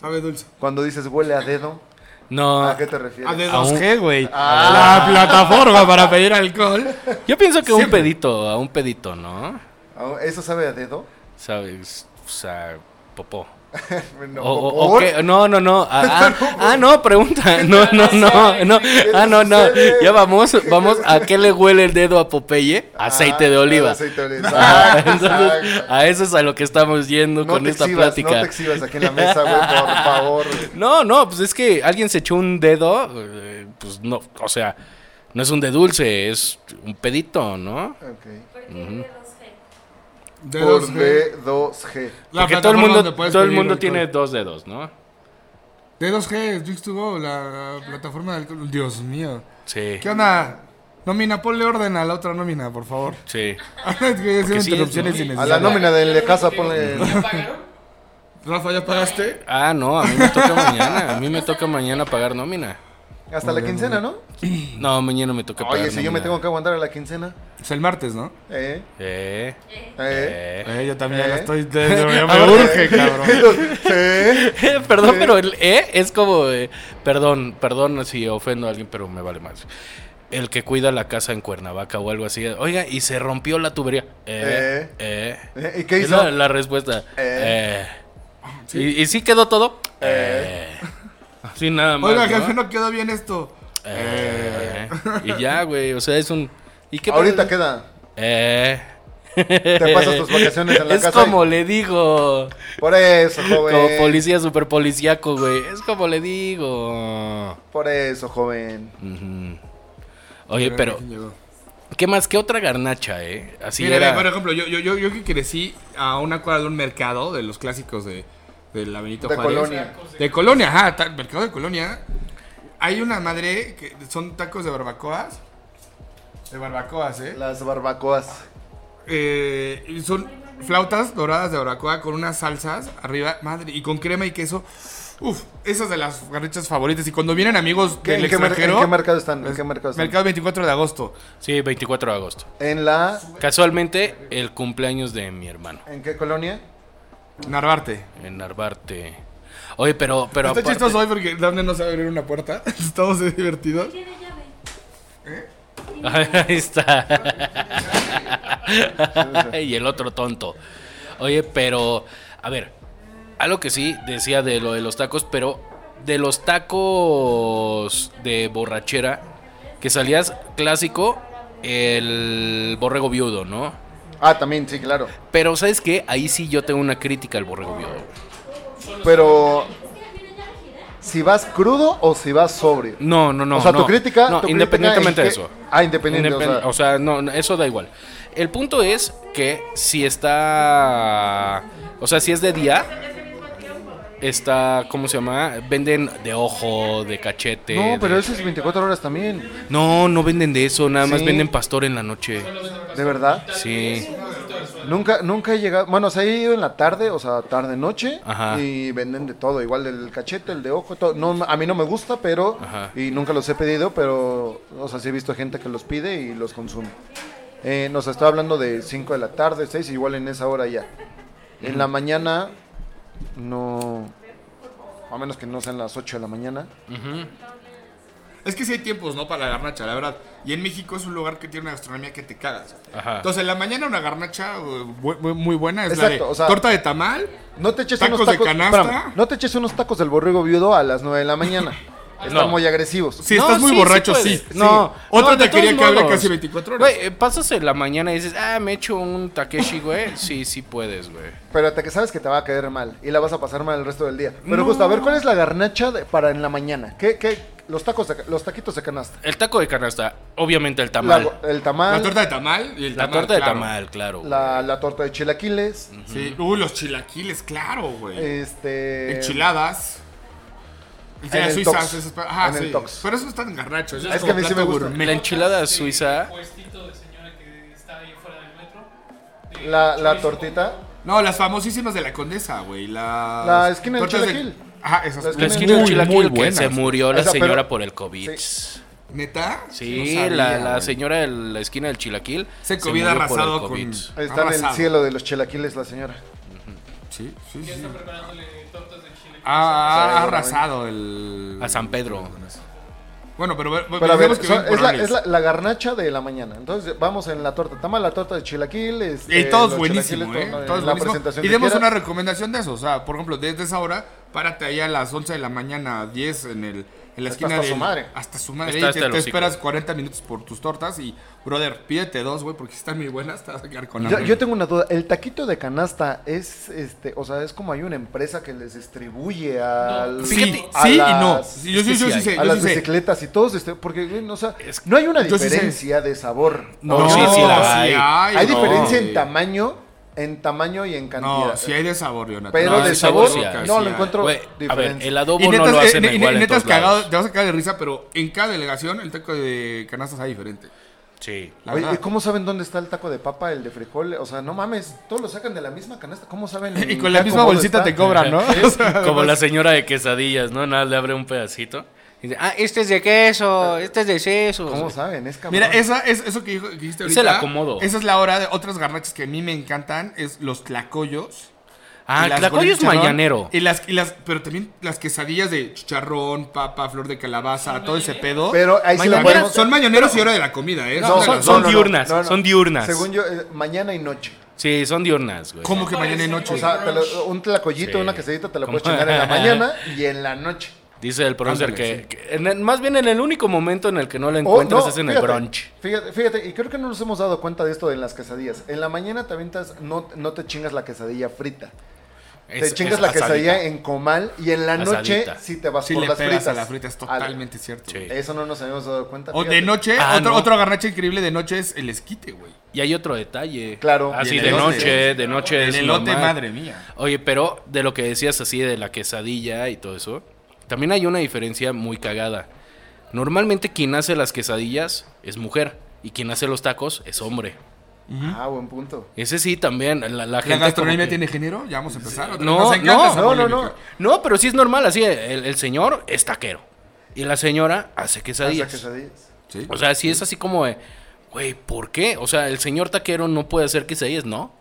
Sabe dulce. Cuando dices huele a dedo, No. ¿a qué Ah. te refieres? A de Aún- 2G, güey. La plataforma para pedir alcohol. Yo pienso que un Siempre. pedito, a un pedito, ¿no? Ah, ¿Eso sabe a dedo? ¿Sabes? O sea, popó. No, O- o- o ¿por? qué- no, no, no. Ah, ah, ah, no, pregunta. No, no, no, no. Ah, no, no. Ya vamos, vamos. ¿A qué le huele el dedo a Popeye? Aceite de Ah, oliva. Aceite de oliva. Ah, Exacto, entonces, exacto. a eso es a lo que estamos yendo No con te esta exhibas, no plática. te exhibas aquí en la mesa, güey, por favor. güey. No, no, pues es que alguien se echó un dedo, eh, pues no, o sea, no es un de dulce, es un pedito, ¿no? Ok. ¿Por qué los G? De Por 2G. B2G. La Porque todo el plataforma mundo, donde puedes todo el pedir mundo alcohol. tiene dos dedos, ¿no? De 2G, Drinks to Go, la plataforma de alcohol. Dios mío. Sí, ¿Qué onda? Nómina, ponle orden a la otra nómina, por favor. sí. Es que son sí, interrupciones es, ¿no? A la innecesarias. nómina de la casa ponle. ¿Ya pagaron? Rafa, ¿ya pagaste? Ah, no, a mí me toca mañana, a mí me toca mañana pagar nómina. Hasta la quincena, ¿no? No, mañana me toca pagar Oye, si yo me nómina. tengo que aguantar a la quincena. Es el martes, ¿no? Eh, Eh, eh. eh. Eh, yo también Eh. ya estoy. de- de- ya me urge, cabrón. Sí. perdón, pero el eh es como, eh, perdón, perdón si ofendo a alguien, pero me vale más. El que cuida la casa en Cuernavaca o algo así. Oiga, y se rompió la tubería. Eh, eh. Eh, ¿Y qué Es hizo? la, la respuesta. Eh. Eh. ¿Y, y sí quedó todo? Eh. Sin nada más. Oiga, ¿no? jefe, no quedó bien esto. Eh. Y ya, güey. O sea, es un. ¿Y qué Ahorita pasa? queda. Eh. Te pasas tus vacaciones en la es casa. y- como le digo. Por eso, joven. Como policía super policíaco, güey. Es como le digo. Por eso, joven. Ujú. Oye, Mira, Eh, pero, quién llegó. ¿qué más? ¿Qué otra garnacha, eh? Así Mira, era. por ejemplo, yo, yo, yo, yo que crecí a una cuadra de un mercado de los clásicos de, de la Benito De Juárez. Colonia. De Colonia, ajá, ta- mercado de Colonia. Hay una madre que son tacos de barbacoas. De barbacoas, ¿eh? Las barbacoas. Eh, y son flautas doradas de barbacoa con unas salsas arriba, madre, y con crema y queso. Uf, esas de las garnachas favoritas. Y cuando vienen amigos ¿Qué- del en, qué mer- extranjero. en qué mercado están? ¿En qué mercado están? Mercado 24 de agosto. Sí, 24 de agosto. En la. Casualmente, el cumpleaños de mi hermano, ¿En qué colonia? Narvarte. en Narvarte. Oye, pero, pero Está aparte- chistoso hoy porque Dafne no sabe abrir una puerta. Estamos divertidos. ¿Qué de llave? Ahí está. y el otro tonto. Oye, pero, a ver, algo que sí decía de lo de los tacos, pero de los tacos de borrachera, que salías clásico, el borrego viudo, ¿no? Ah, también, sí, claro. Pero, ¿sabes qué? Ahí sí yo tengo una crítica al borrego viudo. Pero. Si vas crudo o si vas sobrio. No, no, no. o sea, tu no. crítica. No, tu crítica independientemente en de qué- eso. Ah, independiente. o Indepen- sea, o sea, no, no, eso da igual. El punto es que si está. O sea, si es de día, está, ¿cómo se llama? Venden de ojo, de cachete. No, pero de- eso es 24 horas también. No, no venden de eso, nada más Sí. venden pastor en la noche. ¿De verdad? Sí. Nunca, nunca he llegado. Bueno, o sea, he ido en la tarde, o sea, tarde noche. Ajá. Y venden de todo, igual del cachete, el de ojo, todo. No, a mí no me gusta, pero. Ajá. Y nunca los he pedido, pero. O sea, sí he visto gente que los pide y los consume. Eh, nos estaba hablando de 5 de la tarde, 6, igual en esa hora ya. En la mañana, no. A menos que no sean las 8 de la mañana. Es que sí hay tiempos, ¿no? Para la garnacha, la verdad. Y en México es un lugar que tiene una gastronomía que te cagas. Ah. Ajá. Entonces, en la mañana una garnacha eh, bu- bu- muy buena es la Exacto, de o sea- torta de tamal. No te eches ¿Tacos unos de tacos. canasta? espérame, no te eches unos tacos del borrego viudo a las 9 de la mañana. Están No. muy agresivos. Si No, estás muy sí, sí borracho, sí. puedes. No, sí. Otra no, de te quería todos que hable modos. casi 24 horas. Güey, eh, pasas en la mañana y dices, ah, me echo un Takeshi, güey. Sí, sí puedes, güey. Pero hasta que sabes que te va a caer mal y la vas a pasar mal el resto del día. Pero justo, a ver, ¿cuál es la garnacha de- para en la mañana? ¿Qué, qué, los, tacos de ca- los taquitos de canasta. El taco de canasta, obviamente el La tamal. gu- el la tamal, la, torta de tamal y el La tamal, torta de claro. tamal, claro. güey. la torta de chilaquiles, Sí. Uy, los chilaquiles, claro, güey. este... Enchiladas. Y en ya, el suizas. Tox. esas pa- Ajá, En el sí. Tox. Pero eso no está en garnacho. eso Es es que como a mí sí plato me gusta. gourmet. La enchilada Sí, suiza. Este puestito de señora que está ahí afuera del metro. de La, la chorizo tortita. No, las famosísimas de la condesa, güey. La, La esquina del tortas chilaquil. Ajá, esas. La La esquina esquina del Muy, muy chilaquil que buenas. se murió la O sea, pero- señora por el COVID. Sí, ¿Neta? No sabía, la, la güey. señora de la esquina del chilaquil Se COVID arrasado con. Está en el arrasado. cielo de los chilaquiles la señora. Sí, sí, Ya sí. está preparándole tortas de chile. Ha, ha Sí, arrasado el. A San Pedro. Bueno, pero. pero Pero a ver, pensemos Pues que son- viven es, la, por es la- la garnacha de la mañana. Entonces vamos en la torta de tamal, la torta de chilaquiles. Y eh, todos los buenísimos, chilaquiles, ¿eh? todo, Todos la buenísimo. presentación Y que demos quieras. una recomendación de eso. O sea, por ejemplo, desde esa hora, párate allá a las 11 de la mañana, 10 en el. En la Hasta- esquina hasta del- su madre. Hasta su madre. Está Y te- hasta el te, hocico. esperas 40 minutos por tus tortas y, brother, pídete dos, güey, porque si están muy buenas, te vas a quedar con Yo, hambre. yo tengo una duda, el taquito de canasta es este, o sea, es como hay una empresa que les distribuye al Sí, a sí y las- no. Sí, Yo, es que sí- yo sí sí hay. sé. a yo las sí sé. bicicletas y todos este, porque güey, o sea, Es- no hay una yo sí sé. diferencia de sabor. No, sí, sí la hay. hay no, diferencia en güey. tamaño, en tamaño y en cantidad. No, sí hay de sabor, Jonathan. Pero No, de sí, sabor sí hay. no lo Sí encuentro Güey, a ver, diferencia. el adobo Y neta, no lo hacen eh, ne- igual en neta es todos lados. cagado, te vas a caer de risa, pero en cada delegación el taco de canasta está diferente. Sí. La Oye, verdad. ¿y ¿cómo saben dónde está el taco de papa, el de frijol? O sea, no mames, todos lo sacan de la misma canasta. ¿Cómo saben? Y en con la qué misma acomodo bolsita está? te cobran, ¿no? O sea, Como la señora de quesadillas, ¿no? Nada, le abre un pedacito. Y dice, ah, este es de queso, este es de queso. ¿Cómo saben? Es cabrón. Mira, esa, es, eso que, dijo, que dijiste Es ahorita. el acomodo. Esa es la hora de otras garnachas que a mí me encantan. Es los tlacoyos. Ah, y las Tlacoyo es gorditas de chicharrón, mañanero. Y las, y las, pero también las quesadillas de chicharrón, papa, flor de calabaza, todo ese pedo. Pero ahí sí lo Mañanero- podemos... son mañaneros y hora de la comida, ¿eh? No, Son de son- las- son- diurnas, son diurnas. Según yo, eh, mañana y noche. Sí, son diurnas, güey. ¿Cómo que mañana y noche? O sea, te lo- un tlacoyito, Sí. una quesadita te la puedes Como- chingar en la mañana y en la noche. Dice el producer Ándale, que, que en el- más bien en el único momento en el que no lo O, encuentras Oh, no, es en fíjate, el brunch. Fíjate, fíjate, y creo que no nos hemos dado cuenta de esto en las quesadillas. En la mañana te avientas, no, no te chingas la quesadilla frita. Es- te chingas es la asadita. quesadilla en comal y en la noche Asadita. sí te vas si por le las pegas fritas. a la frita, es totalmente Al- cierto. Sí. Eso no nos habíamos dado cuenta. O de fíjate. noche, Ah, otro, no. otro garnacha increíble de noche es el esquite, güey. Y hay otro detalle. Claro. Así Y el de elote. noche, de noche El es elote, normal. madre mía. Oye, pero de lo que decías así de la quesadilla y todo eso, también hay una diferencia muy cagada. Normalmente quien hace las quesadillas es mujer y quien hace los tacos es hombre. Ah, buen punto. Ese sí también, la, la gente ¿La como gastronomía que- tiene género? Ya vamos a empezar. otra vez. No, Nos encanta no, esa no, no, no, polémica. no, pero sí es normal, así el, el señor es taquero y la señora Hasta hace quesadillas. quesadillas. Sí. O sea, si es así como de, güey, ¿por qué? O sea, el señor taquero no puede hacer quesadillas, ¿no?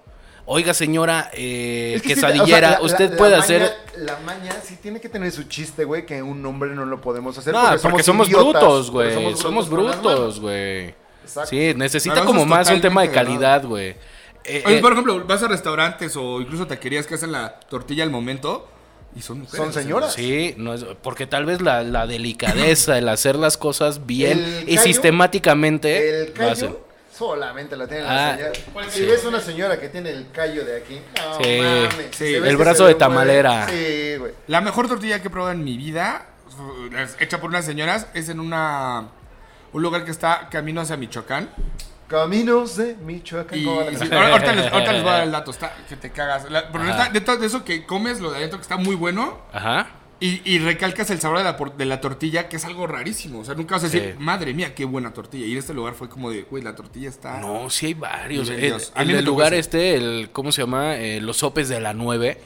Oiga, señora eh, Es que sí, quesadillera, o sea, la- usted la- la puede maña- hacer... La maña sí tiene que tener su chiste, güey, que un hombre no lo podemos hacer. No, porque, somos, idiotas, brutos, porque güey. Somos, con las manos. brutos, güey. Exacto. Sí, necesita Pero eso como es más un tema de totalmente calidad, güey. Eh, Oye, eh, por ejemplo, vas a restaurantes o incluso taquerías que hacen la tortilla al momento y son mujeres. Son o sea, señoras. sí, no es- porque tal vez la, la delicadeza, el hacer las cosas bien El y callo- sistemáticamente El lo hacen. callo solamente la tiene Ah, la señora. Si ves una señora que tiene el callo de aquí, no Sí. mames, se Sí. ve El que se brazo le de tamalera. mueve. Sí, güey. La mejor tortilla que he probado en mi vida, uh, hecha por unas señoras, es en una un lugar que está camino hacia Michoacán. Caminos de Michoacán. Y, ¿cómo va la sí, canción? ahor- ahorita, les, ahorita les voy a dar el dato, está, que te cagas. La- pero está- de todo eso que comes, lo de adentro que está muy bueno, Ajá. y, y recalcas el sabor de la, por- de la tortilla, que es algo rarísimo. O sea, nunca vas a decir, Sí. madre mía, qué buena tortilla. Y en este lugar fue como de, güey, la tortilla está. No, sí hay varios. Nivel El, Dios. A el mí me del tocó lugar ese. este, el, ¿cómo se llama? Eh, los sopes de la 9.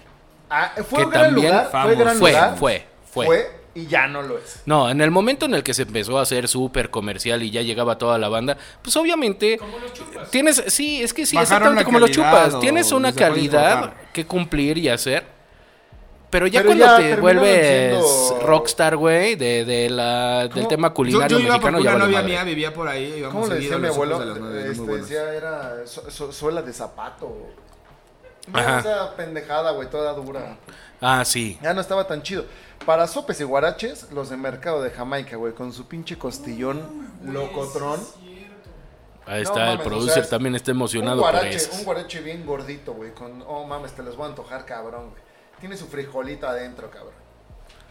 Ah, fue que un gran también lugar. Fue famoso. gran Fue, lugar. fue, fue. y ya no lo es. No, en el momento en el que se empezó a hacer súper comercial y ya llegaba toda la banda, pues obviamente... Como los chupas. Tienes, sí, es que sí, Bajaron exactamente la como los calidad chupas. o Tienes una les dejó de calidad importar. que cumplir y hacer. Pero ya Pero cuando ya te terminaron vuelves siendo- rockstar, güey, de, de la, del ¿Cómo? tema Yo, culinario yo iba por mexicano, ya una vale novia madre. mía, vivía por ahí. Íbamos ¿Cómo le seguido decía a mi los abuelo? ojos de las nueve, eran muy Este, buenos. decía, era su- su- suela de zapato. Ajá. Esa pendejada, güey, toda dura. Ah, sí. Ya no estaba tan chido. Para sopes y guaraches, los de mercado de Jamaica, güey, con su pinche costillón locotrón. No Ahí está el mames, o producer, sea, es- también está Un emocionado por guarache, eso. un guarache bien gordito, güey, con, oh mames, te los voy a antojar, cabrón, güey. Tiene su frijolito adentro, cabrón.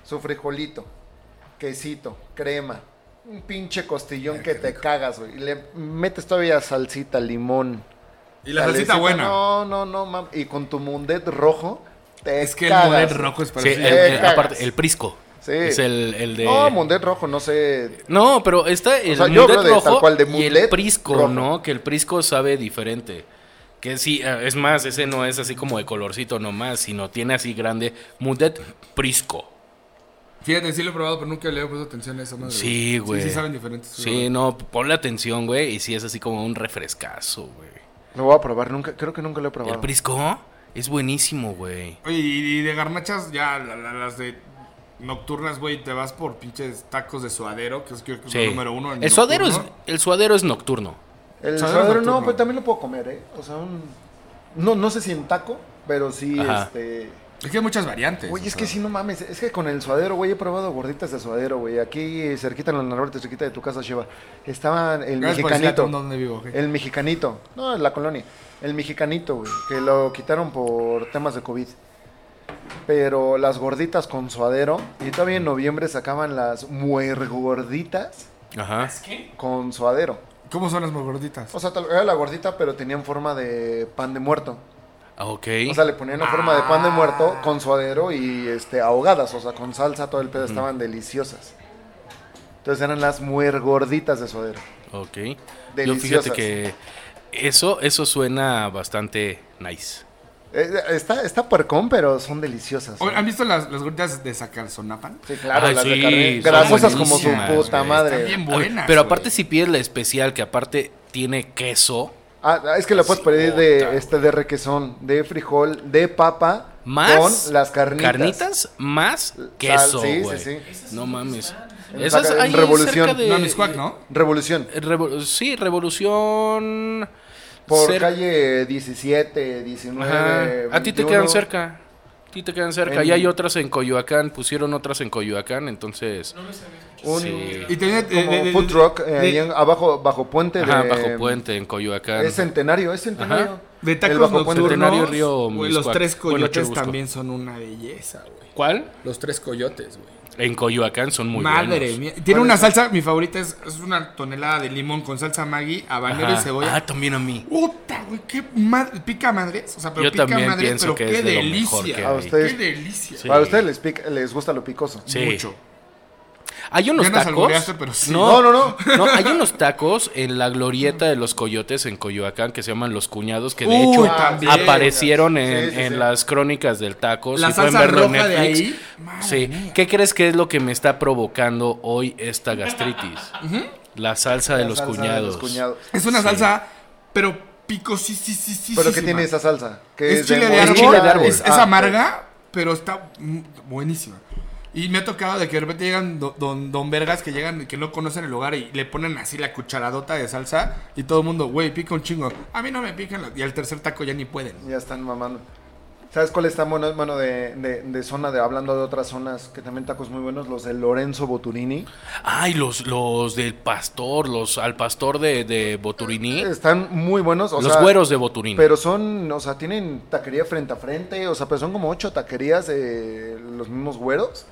Su frijolito, quesito, crema, un pinche costillón que te cagas, güey. Y le metes todavía salsita, limón. Y la salsita buena. No, no, no, mames. Y con tu mundet rojo, te Es que el cagas. Monet rojo es para Sí, el, eso. eh, el- cagas. aparte, el prisco. Sí. Es el, el de... No, mundet rojo, no sé. No, pero está el sea, yo mundet hablo de rojo tal cual, de y el mundet prisco, rojo. ¿no? Que el prisco sabe diferente. Que sí, eh, es más, ese no es así como de colorcito nomás, sino tiene así grande mundet prisco. Fíjate, sí lo he probado, pero nunca le he puesto atención a esa madre. Sí, güey. Sí, sí saben diferentes. Sí, no, ponle atención, güey, y sí es así como un refrescazo, güey. Lo voy a probar, nunca, creo que nunca lo he El probado. prisco es buenísimo, güey. Oye, y y de garnachas, ya la- la- las de nocturnas, güey, te vas por pinches tacos de suadero, que es, creo que es Sí. el número uno. en el suadero es nocturno. el suadero es nocturno. El Suadero suadero no, nocturno. pero también lo puedo comer, ¿eh? O sea, un... No, no sé si en taco, pero sí, Ajá. este... Es que hay muchas variantes. Güey, o es que sea. sí, no mames. Es que con el suadero, güey, he probado gorditas de suadero, güey. Aquí, cerquita en la norte, cerquita de tu casa, Sheva. Estaban el Gracias por decir a mexicanito. Tom dónde vivo, gente. El mexicanito. No, en la colonia. El mexicanito, güey. Que lo quitaron por temas de COVID. Pero las gorditas con suadero. Y todavía en noviembre sacaban las muergorditas Ajá. ¿Qué? con suadero. ¿Cómo son las más gorditas? Oh, O sea, tal- era la gordita, pero tenían forma de pan de muerto. Ah, Ok. O sea, le ponían la forma de pan de muerto Ah. con suadero y este ahogadas, o sea, con salsa, todo el pedo, estaban deliciosas. Entonces eran las muergorditas de suadero. Ok. Yo Deliciosas. fíjate que eso, eso suena bastante nice. Eh, está, está puercón, pero son deliciosas. ¿eh? Oye, ¿Han visto las, las gorditas de Zacalzonapan? Sí, claro, Ay, las de sí, carne. son Grasosas como su buenísimas, puta güey, madre. Están bien A ver, buenas. Pero güey. aparte si pides la especial que aparte tiene queso, Ah, ah, es que la puedes Sí, pedir de puta, este de requesón, de frijol, de papa, más con las carnitas. carnitas más Sal- queso, sí, sí, güey. sí. No mames. En Esas Zaca- en hay Revolución. cerca de- No, Miscuac, ¿no? Revolución. eh, Revo- sí, Revolución. Por cer- calle 17, 19. Ajá. A ti te 21. quedan cerca. A ti te quedan cerca. En- Y hay otras en Coyoacán, pusieron otras en Coyoacán, entonces No los había escuchado. Un, Sí. Y tenía, de- como de- de- food truck eh, de- ahí en- abajo bajo puente ajá, de bajo puente en Coyoacán. es centenario es centenario Ajá. De tacos El bajo puente. Centenario, nocturnos, Río güey, los Miscuac. tres Bueno, coyotes Churubusco. también son una belleza, güey. ¿Cuál? Los tres coyotes, güey. En Coyoacán son muy Madre buenos. mía. Tiene ¿Cuál una es? salsa, mi favorita es, es una tonelada de limón con salsa Maggi, habanero Ajá. y cebolla. Ah, también a mí. Puta, güey, qué madre, pica madres, o sea, pero Yo pica también madres, pienso pero que qué es de lo mejor que delicia. A hay. usted- Qué Ustedes- delicia. Sí. para ustedes les, pica- les gusta lo picoso Sí. Mucho. Hay unos Ya nos tacos. albureaste, pero sí. no no no No, hay unos tacos en la glorieta de los coyotes en Coyoacán que se llaman los cuñados, que de Uy, hecho también. aparecieron en, Sí, sí, en sí. las crónicas del taco. La si pueden salsa verlo en roja de Netflix. ahí. Ah, Madre Sí. mía. ¿Qué crees que es lo que me está provocando hoy esta gastritis? La salsa de La los salsa cuñados. cuñados. Es una Sí. salsa, pero pico sí, sí, sí, sí. pero sí, qué sí, tiene ma. esa salsa que Es chile de mora- árbol. chile de árbol. Es, es Ah, amarga, pero está mm, buenísima. Y me ha tocado de que de repente llegan do- don, don Vergas que llegan y que no conocen el lugar y le ponen así la cucharadota de salsa y todo el mundo, güey, pica un chingo. A mí no me pican. la- Y al tercer taco ya ni pueden. ya están mamando sabes cuál está bueno bueno de, de- de zona de hablando de otras zonas que también tacos muy buenos los de Lorenzo Boturini Ay, los, los del pastor, los al pastor de, de Boturini. están muy buenos o los sea, güeros de Boturini. Pero son, o sea, tienen taquería frente a frente, o sea, pero son como ocho taquerías de los mismos güeros.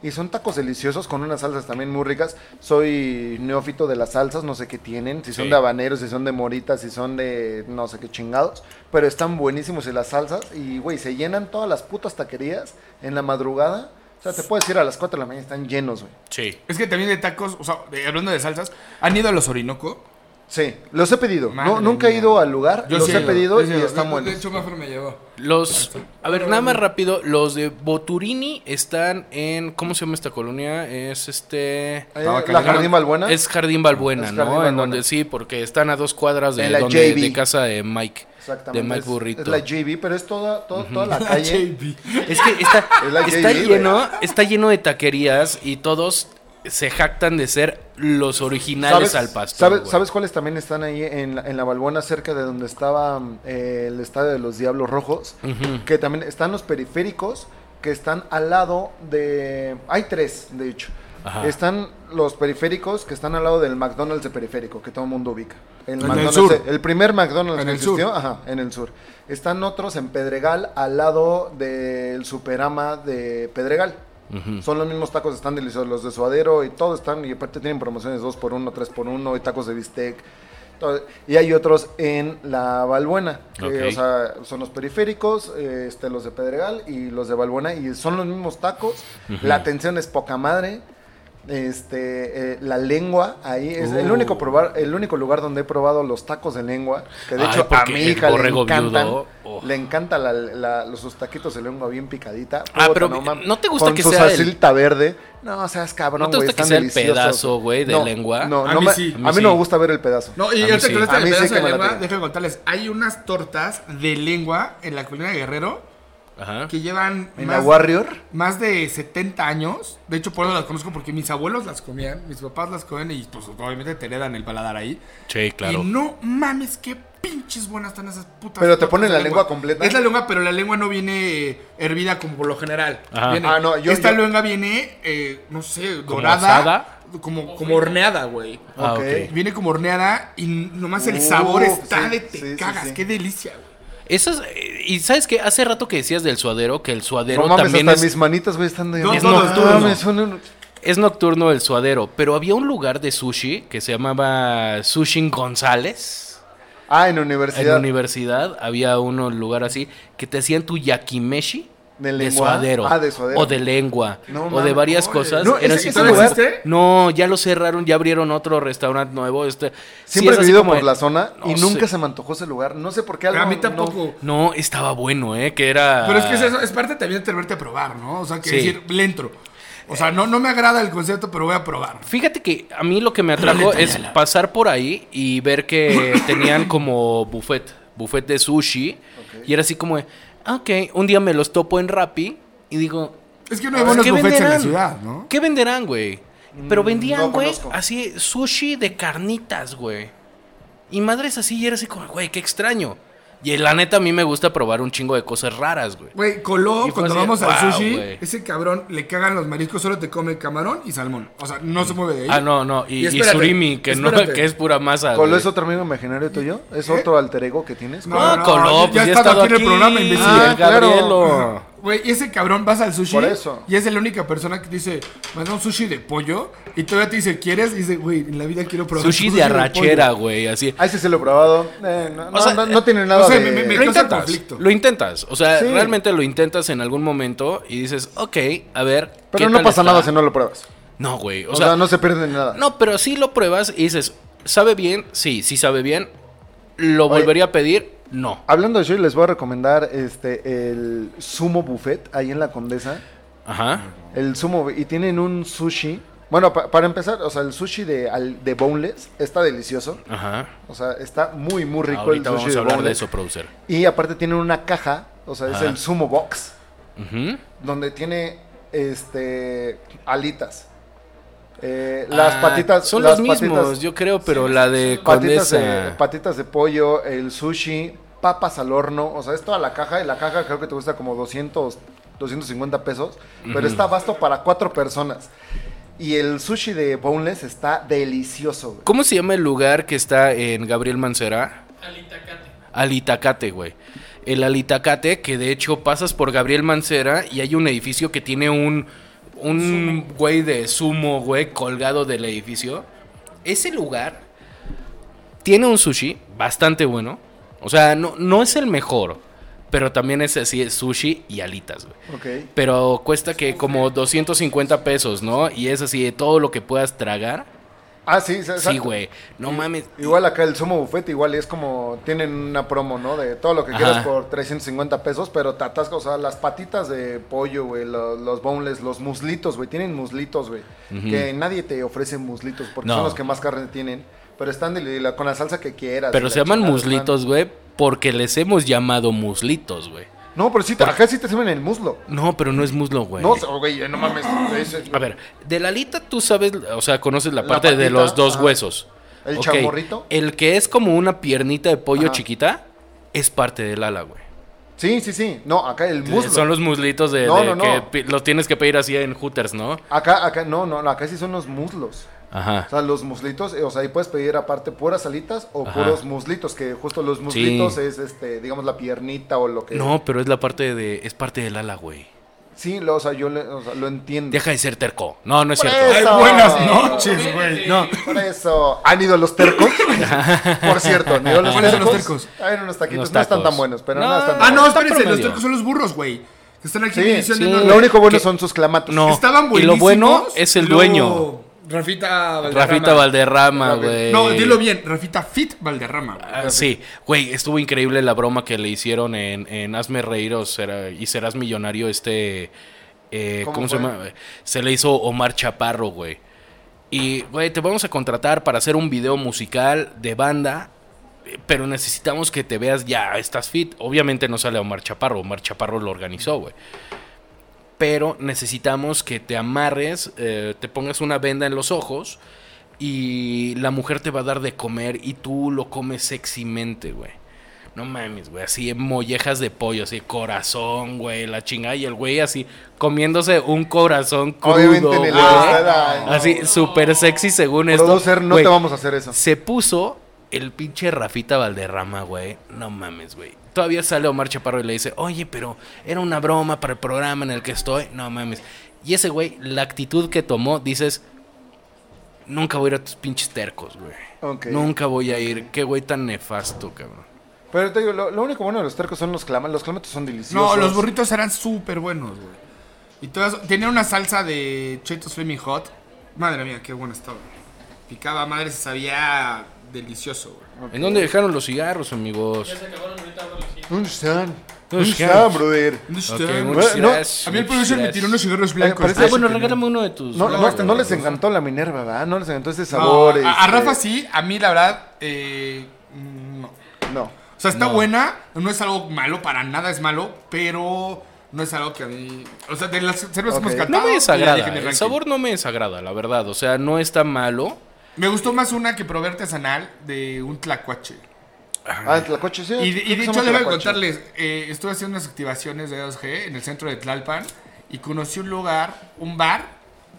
Y son tacos deliciosos con unas salsas también muy ricas. Soy neófito de las salsas, no sé qué tienen, si Sí. son de habaneros, si son de moritas, si son de no sé qué chingados, pero están buenísimos y las salsas y güey, se llenan todas las putas taquerías en la madrugada. O sea, te puedes ir a las 4 de la mañana, están llenos, güey. Sí. Es que también de tacos, o sea, de- hablando de salsas, ¿han ido a los Orinoco? Sí, los he pedido. Madre No, nunca he mía. ido al lugar, los sí he ido, pedido yo sí he y ido. están De- buenos. De hecho, Maffer me llevó. Los. A ver, nada más rápido. Los de Boturini están en. ¿Cómo se llama esta colonia? Es este. Eh, Estaba la caminando. Jardín Balbuena. Es Jardín Balbuena, Es ¿no? Jardín Balbuena. En donde sí, porque están a dos cuadras de, En la donde, JB. de casa de Mike. Exactamente, De Mike es- Burrito. Es la JB, pero es toda, toda, toda la calle. Es que está, Es la JB, está güey. lleno, está lleno de taquerías y todos se jactan de ser los originales al pastor. ¿sabes, güey. sabes cuáles también están ahí en, la- en la Balbona, cerca de donde estaba mm, eh, el estadio de los Diablos Rojos? Ujú. Que también están los periféricos que están al lado de. Hay tres, de hecho. Ajá. Están los periféricos que están al lado del McDonald's de periférico, que todo el mundo ubica. El, En el McDonald's sur. de- el primer McDonald's En que el sur. existió, ajá, en el sur. Están otros en Pedregal, al lado del Superama de Pedregal. Ujú. Son los mismos tacos, están deliciosos. Los de suadero y todo están. Y aparte tienen promociones 2x1, 3x1 y tacos de bistec. todo. Y hay otros en la Balbuena. que, Ok. O sea, son los periféricos, eh, este, los de Pedregal y los de Balbuena. Y son los mismos tacos. La atención es poca madre. Este, eh, la lengua ahí es el Uh. único probar, el único lugar donde he probado los tacos de lengua. Que de Ay, hecho a porque mi el hija le borrego encantan, viudo, oh. le encanta la- la- los sus taquitos de lengua bien picadita. Ah, Puta, pero mames. ¿no te gusta Con que su sea el- salsita verde. No, o sea, es cabrón, ¿No te güey, gusta que están sea el deliciosos. pedazo, güey, de No, lengua? No, A no mí me- sí. a mí Sí. no me gusta ver el pedazo. No, y A mí ahorita sí. que A hablaste mí de sí pedazo que de me la lengua, tiran. déjame contarles. Hay unas tortas de lengua en la colina de Guerrero Ajá. que llevan en la Warrior. más de 70 años. De hecho, por eso las conozco porque mis abuelos las comían, mis papás las comían y pues obviamente te heredan el paladar ahí. Sí, claro. Y no mames, qué pinches buenas están esas putas. Pero te tortas ponen de la lengua completa. Es la lengua, pero la lengua no viene eh, hervida como por lo general. Ajá. Viene- Ah, no, yo- Esta yo- lengua viene, eh, no sé, ¿Como dorada. asada? Como, como horneada, güey. Ah, Ok. ok. Viene como horneada y nomás el Uh, sabor está sí, de te sí, sí, cagas. sí. Qué delicia, güey. Esas, eh, y sabes que hace rato que decías del suadero, que el suadero No mames, también hasta es, mis manitas, güey, están de... No, no, no, no, no, no. mames, son un- es nocturno el suadero, pero había un lugar de sushi que se llamaba Sushin González. Ah, en En la universidad. universidad había uno lugar así que te hacían tu yakimeshi ¿De de, lengua? suadero, Ah, de suadero. o de lengua No o de mames, varias órale. cosas. No, Era ese- así ese como- lugar- ¿existe? No, ya lo cerraron, ya abrieron otro restaurante nuevo. Este, sí Siempre es he así vivido como por de- la zona y no nunca sé. se me antojó ese lugar. No sé por qué algo... A mí no- tampoco. No, estaba bueno, eh, que era. Pero es que es, eso, es parte también de atreverte a probar, ¿no? O sea, que Sí. decir, le entro. O sea, no, no me agrada el concepto, pero voy a probar. Fíjate que a mí lo que me atrajo es pasar por ahí y ver que tenían como buffet, buffet de sushi. Y era así como, de, "Ah, ok, un día me los topo en Rappi y digo, Es que no hay Pues, buenos ¿qué buffets en la venderán? ciudad, ¿no? ¿Qué venderán, güey? Pero Mm, vendían, no güey, conozco. así sushi de carnitas, güey. Y madres así, y era así como, güey, qué extraño. Y la neta a mí me gusta probar un chingo de cosas raras, güey. Güey, Coló, Y fue cuando así, vamos al "Wow, sushi, güey". ese cabrón le cagan los mariscos, solo te come camarón y salmón. O sea, no se mueve de ahí. Ah, no, no, y, y espérate, surimi, que, no, espérate. que es pura masa. ¿Colo güey. es otro amigo imaginario tuyo? ¿Es otro alter ego que tienes? No, Ah, Coló, pues ya ya, he he estado estado aquí en el programa, imbécil. Ah, Ah, claro. Gabrielo. Güey, y ese cabrón vas al sushi Por eso. y es la única persona que te dice, manda un sushi de pollo y todavía te dice, ¿quieres? Y dice, güey, en la vida quiero probar Sushi un de pollo". arrachera, güey, así. Ay, sí, sí lo he probado. Eh, no, no, sea, no- no tiene nada o sea, de... me- me- Lo me- causa intentas, conflicto. lo intentas. O sea, Sí. realmente lo intentas en algún momento y dices, ok, a ver. ¿qué Pero no tal pasa está?". nada si no lo pruebas. No, güey. O, O, sea, sea, no... no se pierde nada. pero sí lo pruebas y dices, ¿sabe bien? Sí, sí sabe bien. ¿Lo Oye. volvería a pedir? No. Hablando de sushi, les voy a recomendar este el Sumo Buffet ahí en la Condesa. Ajá. El Sumo y tienen un sushi. Bueno, pa- para empezar, o sea, el sushi de, al- de boneless está delicioso. Ajá. O sea, está muy muy rico el Ahorita sushi vamos de a hablar de boneless. eso, producer. Y aparte tienen una caja, o sea, es Ajá. el Sumo Box Ujú. donde tiene este alitas. Eh, las Ah, patitas Son las los mismos, patitas- yo creo, pero la de patitas Condesa. de, patitas de pollo, el sushi, papas al horno, o sea, es toda la caja, y la caja creo que te cuesta como 200, 250 pesos, pero está vasto para cuatro personas. Y el sushi de boneless está delicioso, güey. ¿Cómo se llama el lugar que está en Gabriel Mancera? Alitacate. Alitacate, güey. El Alitacate, que de hecho pasas por Gabriel Mancera y hay un edificio que tiene un, un güey de sumo, güey, colgado del edificio. Ese lugar tiene un sushi bastante bueno. O sea, no, no es el mejor, pero también es así, es sushi y alitas, güey. Ok. Pero cuesta que como 250 pesos, ¿no? Y es así, de todo lo que puedas tragar. Ah, sí, sa- sa- Sí, güey. No mames. Igual acá el Sumo Buffet, igual es como tienen una promo, ¿no? De todo lo que Ajá. quieras por 350 pesos, pero te atasca, o sea, las patitas de pollo, güey, lo- los, boneless, los muslitos, güey, tienen muslitos, güey. Que nadie te ofrece muslitos porque No. son los que más carne tienen, pero están de la- con la salsa que quieras. y Pero la se llaman chingada, muslitos, güey, porque les hemos llamado muslitos, güey. están- No, pero sí, te- acá sí te sirven el muslo. No, pero no es muslo, güey. No, o sea, güey, no mames. eso es- A ver, de la alita tú sabes, o sea, conoces la La parte de patita, los dos ajá. huesos. El Ok, chamorrito. El que es como una piernita de pollo Ajá. chiquita es parte del ala, güey. Sí, sí, sí. No, acá el muslo. Son los muslitos de, No, de no, que no. pi- los tienes que pedir así en Hooters, ¿no? Acá, acá, no, no, no, acá sí son los muslos. Ajá. O sea, los muslitos, eh, o sea, ahí puedes pedir aparte puras alitas o Ajá. puros muslitos, que justo los muslitos es, este, digamos, la piernita o lo que... No, pero es la parte de... es parte del ala, güey. Sí, lo, o sea, yo le- o sea, lo entiendo. Deja de ser terco. No, no es cierto. Pues, Ay, Eso. buenas noches, güey. No. Por eso, ¿han ido los tercos? Por cierto, ¿han ido los ¿Cuáles son los tercos? tercos? Hay unos taquitos, Unos no están tan tacos. buenos, pero No. no, están Ah, tan no, Está espérense, los promedio. turcos son los burros, güey. Que están aquí en Sí, División sí. del Norte. Lo único bueno Que- son sus clamatos. No. Estaban Y lo buenísimos. bueno es el Luego, dueño. Rafita Valderrama. Rafita Valderrama, güey. No, dilo bien. Rafita Fit Valderrama. güey. Ah, sí, güey, estuvo increíble la broma que le hicieron en, en Hazme Reíros y Serás Millonario este... eh, ¿Cómo, ¿Cómo se fue? llama? Se le hizo Omar Chaparro, güey. Y, güey, te vamos a contratar para hacer un video musical de banda, eh, pero necesitamos que te veas ya, estás fit. Obviamente no sale Omar Chaparro, Omar Chaparro lo organizó, güey. Pero necesitamos que te amarres, eh, te pongas una venda en los ojos y la mujer te va a dar de comer y tú lo comes sexymente, güey. No mames, güey, así mollejas de pollo, así corazón, güey, la chingada y el güey así comiéndose un corazón crudo. Obviamente en el güey. hostel, Ah, ay, no. Así, súper sexy según esto. Producer, no Güey, te vamos a hacer eso. Se puso el pinche Rafita Valderrama, güey. No mames, güey. Todavía sale Omar Chaparro y le dice, oye, pero era una broma para el programa en el que estoy. No mames. Y ese güey, la actitud que tomó, dices, nunca voy a ir a tus pinches tercos, güey. Ok. Nunca voy a ir. Qué güey tan nefasto, cabrón. Pero te digo, lo, lo único bueno de los tercos son los clamatos. Los clamatos son deliciosos. No, los burritos eran súper buenos, güey. Y todas, tenían una salsa de Cheetos Flaming Hot. Madre mía, qué buena estaba. Picaba madre, se sabía delicioso, güey. ¿En dónde dejaron los cigarros, amigos? Ya se acabaron ahorita, ahora los siguiente. ¿Dónde están? ¿Dónde ¿Dónde están? están, brother? Ok, Está- muchas no, gracias, A mí el muchas producer me gracias. tiró unos cigarros blancos. parece- Ah, bueno, regálame uno de tus. No, no, blancos, no les güey. encantó la Minerva, ¿verdad? No les encantó ese No, sabor. a, a este, Rafa sí, a mí la verdad, eh, no. O No. sea, está buena, no es algo malo, para nada es malo, pero no es algo que a mí... O sea, de las cervezas Ok. que hemos No catado... me Ah, ya dije desagrada. mi El ranking. sabor no me desagrada, la verdad. O sea, no está malo. Me gustó más una que probé artesanal de un tlacuache. Ah, Tlacoche, sí. creo Y, de- y que de se hecho, llama debo de Tlacoche. contarles, eh, estuve haciendo unas activaciones de 2G en el centro de Tlalpan y conocí un lugar, un bar.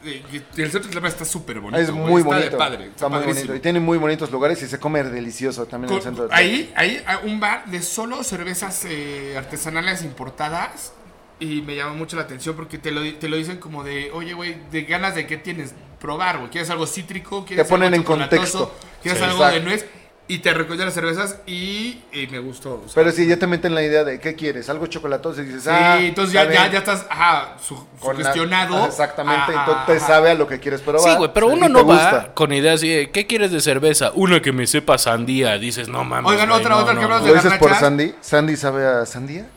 eh, y el centro de Tlalpan está súper bonito. Ah, Es güey, muy está de bonito. padre, está muy padrísimo. bonito. Y tiene muy bonitos lugares y se come delicioso también en el Con- centro de ahí, ahí, a- un bar de solo cervezas eh, artesanales importadas. Y me llamó mucho la atención porque te lo, di- te lo dicen como de, oye, güey, de ganas de qué tienes probar, güey. ¿Quieres algo cítrico? ¿Quieres Te ponen algo en chocolatoso? contexto. ¿Quieres Sí, algo exacto. de nuez? Y te recomiendan las cervezas y, eh, me gustó. o sea, Pero sí, ya te meten la idea de qué quieres, algo chocolatoso y dices, Sí, ah, entonces ya, sabe ya, ya estás ajá, su- con la- sugestionado. Ah, exactamente, a- entonces te ajá. sabe a lo que quieres probar. Sí, güey, pero y uno te no va gusta. con ideas así de, ¿qué quieres de cerveza? Una que me sepa sandía. Dices, no mames. Oigan, güey, otra, no, otra no, que hablamos no. ¿Lo dices garnachas? por Sandy? ¿Sandy sabe a sandía?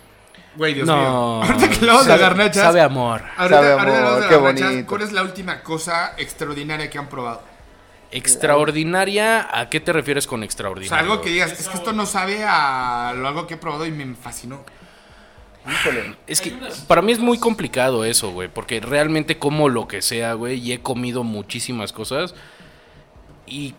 Güey, Dios No. mío. Ahorita que hablamos de Sabe- garnachas. Sabe amor. ahorita- Sabe ahorita amor, hablamos de qué garnachas, bonito. ¿Cuál es la última cosa extraordinaria que han probado? Extraordinaria, ¿a qué te refieres con O extraordinaria? sea, algo que digas, es que esto no sabe a lo algo que he probado y me fascinó. Híjole. Es que para mí es muy complicado eso, güey, porque realmente como lo que sea, güey, y he comido muchísimas cosas y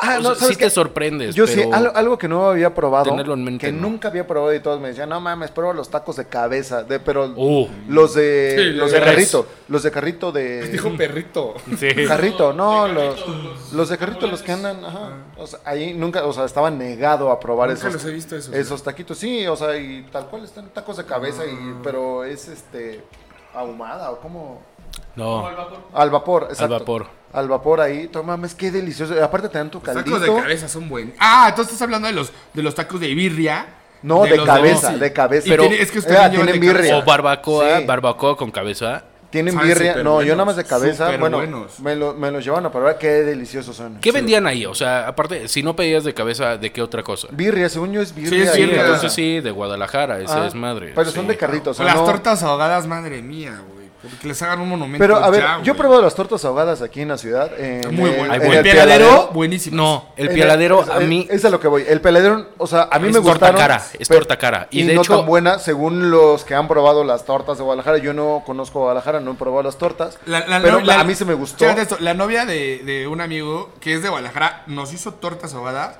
Ah, no, o Pues, sea, ¿sabes sí te qué? sorprendes. Yo pero... sí, algo, algo que no había probado, tenerlo en mente, que ¿no? nunca había probado y todos me decían, no mames, prueba los tacos de cabeza, de, pero Uh. los de, Sí, los de Pues de res. carrito, los de carrito de... perrito. Sí. Carrito, no, De los, carrito, los- los de carrito, los que andan, ajá, o sea, ahí nunca, o sea, estaba negado a probar Ah. Nunca esos, los he visto esos. ¿eh? esos taquitos, sí, o Ah. sea, y tal cual están tacos de cabeza, y, pero es este, ahumada, o como, Como No, al vapor. Al vapor, exacto. vapor. Al vapor ahí. No mames, qué delicioso. Aparte te dan tu Los caldito. tacos de cabeza son buenos. Ah, entonces estás hablando de los, de los tacos de birria. No, de, los cabeza, Bossi. de cabeza. Y Pero tiene- es que usted Ah, lleva tienen de cabeza. birria. O barbacoa, Sí. barbacoa con cabeza. Tienen Saben birria. súper No, yo buenos, nada más de cabeza. súper Bueno, buenos. me lo, me los llevan a probar. Qué deliciosos son. ¿Qué vendían ahí? O sea, aparte, si no pedías de cabeza, ¿de qué otra cosa? Birria, según yo es birria. es Sí, ahí. birria. entonces sí, de Guadalajara, ese Ah, es madre. Pero son sí. de carritos. O las tortas ahogadas, madre mía, güey. Porque les hagan un monumento. Pero a ver, ya, yo he güey. probado las tortas ahogadas aquí en la ciudad. En, Muy en- bueno. Ay, en güey. el peladero, buenísimo. No, el En pialadero es- a es- mí Es a lo que voy. El peladero, o sea, a mí Es me torta gustaron. cara, es pero- torta cara. Y, Y de no hecho- tan buena, según los que han probado las tortas de Guadalajara. Yo no conozco Guadalajara, no he probado las tortas. La- la- pero la- a mí se me gustó. Fíjate esto, la novia de, de un amigo que es de Guadalajara nos hizo tortas ahogadas.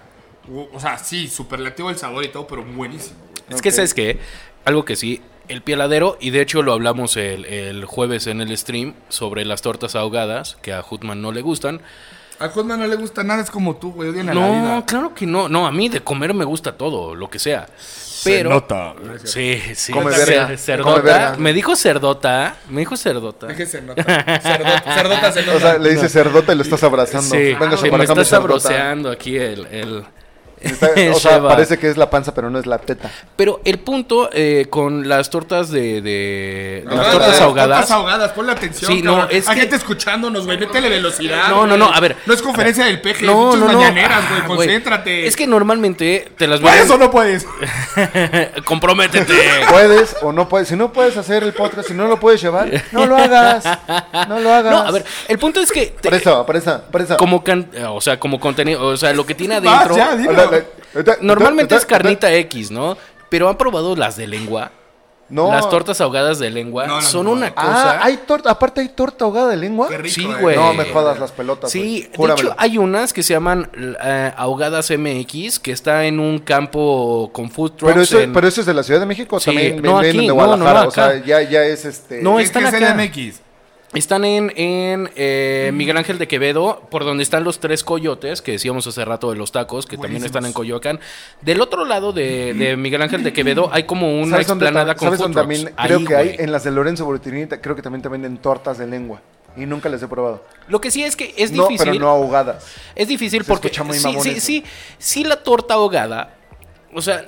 O o sea, sí, superlativo el sabor y todo, pero buenísimo. güey. Es que, Ok. ¿sabes qué? Algo que sí, el pieladero, y de hecho lo hablamos el, el jueves en el stream sobre las tortas ahogadas, que a Hutman no le gustan. A Juanma no le gusta nada, es como tú, güey. Odian a la vida. No, claro que no. No, a mí de comer me gusta todo, lo que sea. Pero. nota. Sí, sí. Come Cer- verga, Cerdota. come verga. Me dijo cerdota. Me dijo cerdota. Es que se nota. Cerdota, cerdota se nota. o sea, le dices cerdota y lo estás abrazando. Sí, Véngase sí, para me acá, mi está cerdota. sabroseando aquí el. el- Está- o el sea, Sheva. parece que es la panza, pero no es la teta. Pero el punto eh, con las tortas de. de- de Ah, las tortas ahogadas. Tortas ahogadas, ponle atención. Sí, no, cabrón. es Hay que- gente escuchándonos, güey. Métele velocidad. No, no, no, güey. a ver. No es conferencia del peje. No, no, mañaneras, güey. Ah, concéntrate. Es que normalmente te las voy ¿Puedes o a... no puedes? Comprométete. Puedes o no puedes. Si no puedes hacer el podcast, si no lo puedes llevar, no lo hagas. No lo hagas. No, a ver, el punto es que... te- Presa, presa, presa. como can- o sea, como contenido, o sea, lo que tiene Vas, adentro... ya, dilo. Ahora, la- ahorita- Normalmente ahorita- es carnita X, ¿no? Pero han probado las de lengua. No. Las tortas ahogadas de lengua No, no, son no. una Ah, cosa... hay torta. Aparte hay torta ahogada de lengua. Qué rico, sí, eh. güey. No me jodas las pelotas. Sí, güey. de Júramelo. hecho hay unas que se llaman eh, ahogadas MX, que está en un campo con food trucks. pero, eso, en- pero eso es de la Ciudad de México. Sí, También no, vienen aquí, de no, no, no, Guadalajara. o acá. sea, ya, ya es este. No, Es están que es acá. CDMX. Están en, en eh, Mm. Miguel Ángel de Quevedo, por donde están los tres coyotes, que decíamos hace rato de los tacos, que también Buenísimos. están en Coyoacán. Del otro lado de, de Miguel Ángel de Quevedo hay como una ¿Sabes dónde, explanada tam- con sabes food dónde trucks. también creo Ahí, que hay? güey. En las de Lorenzo Boritirinita, creo que también te venden tortas de lengua. Y nunca les he probado. Lo que sí es que es no, difícil. pero no ahogadas. Es difícil Se porque escucha muy sí, mamón sí, eso. sí, sí la torta ahogada, o sea,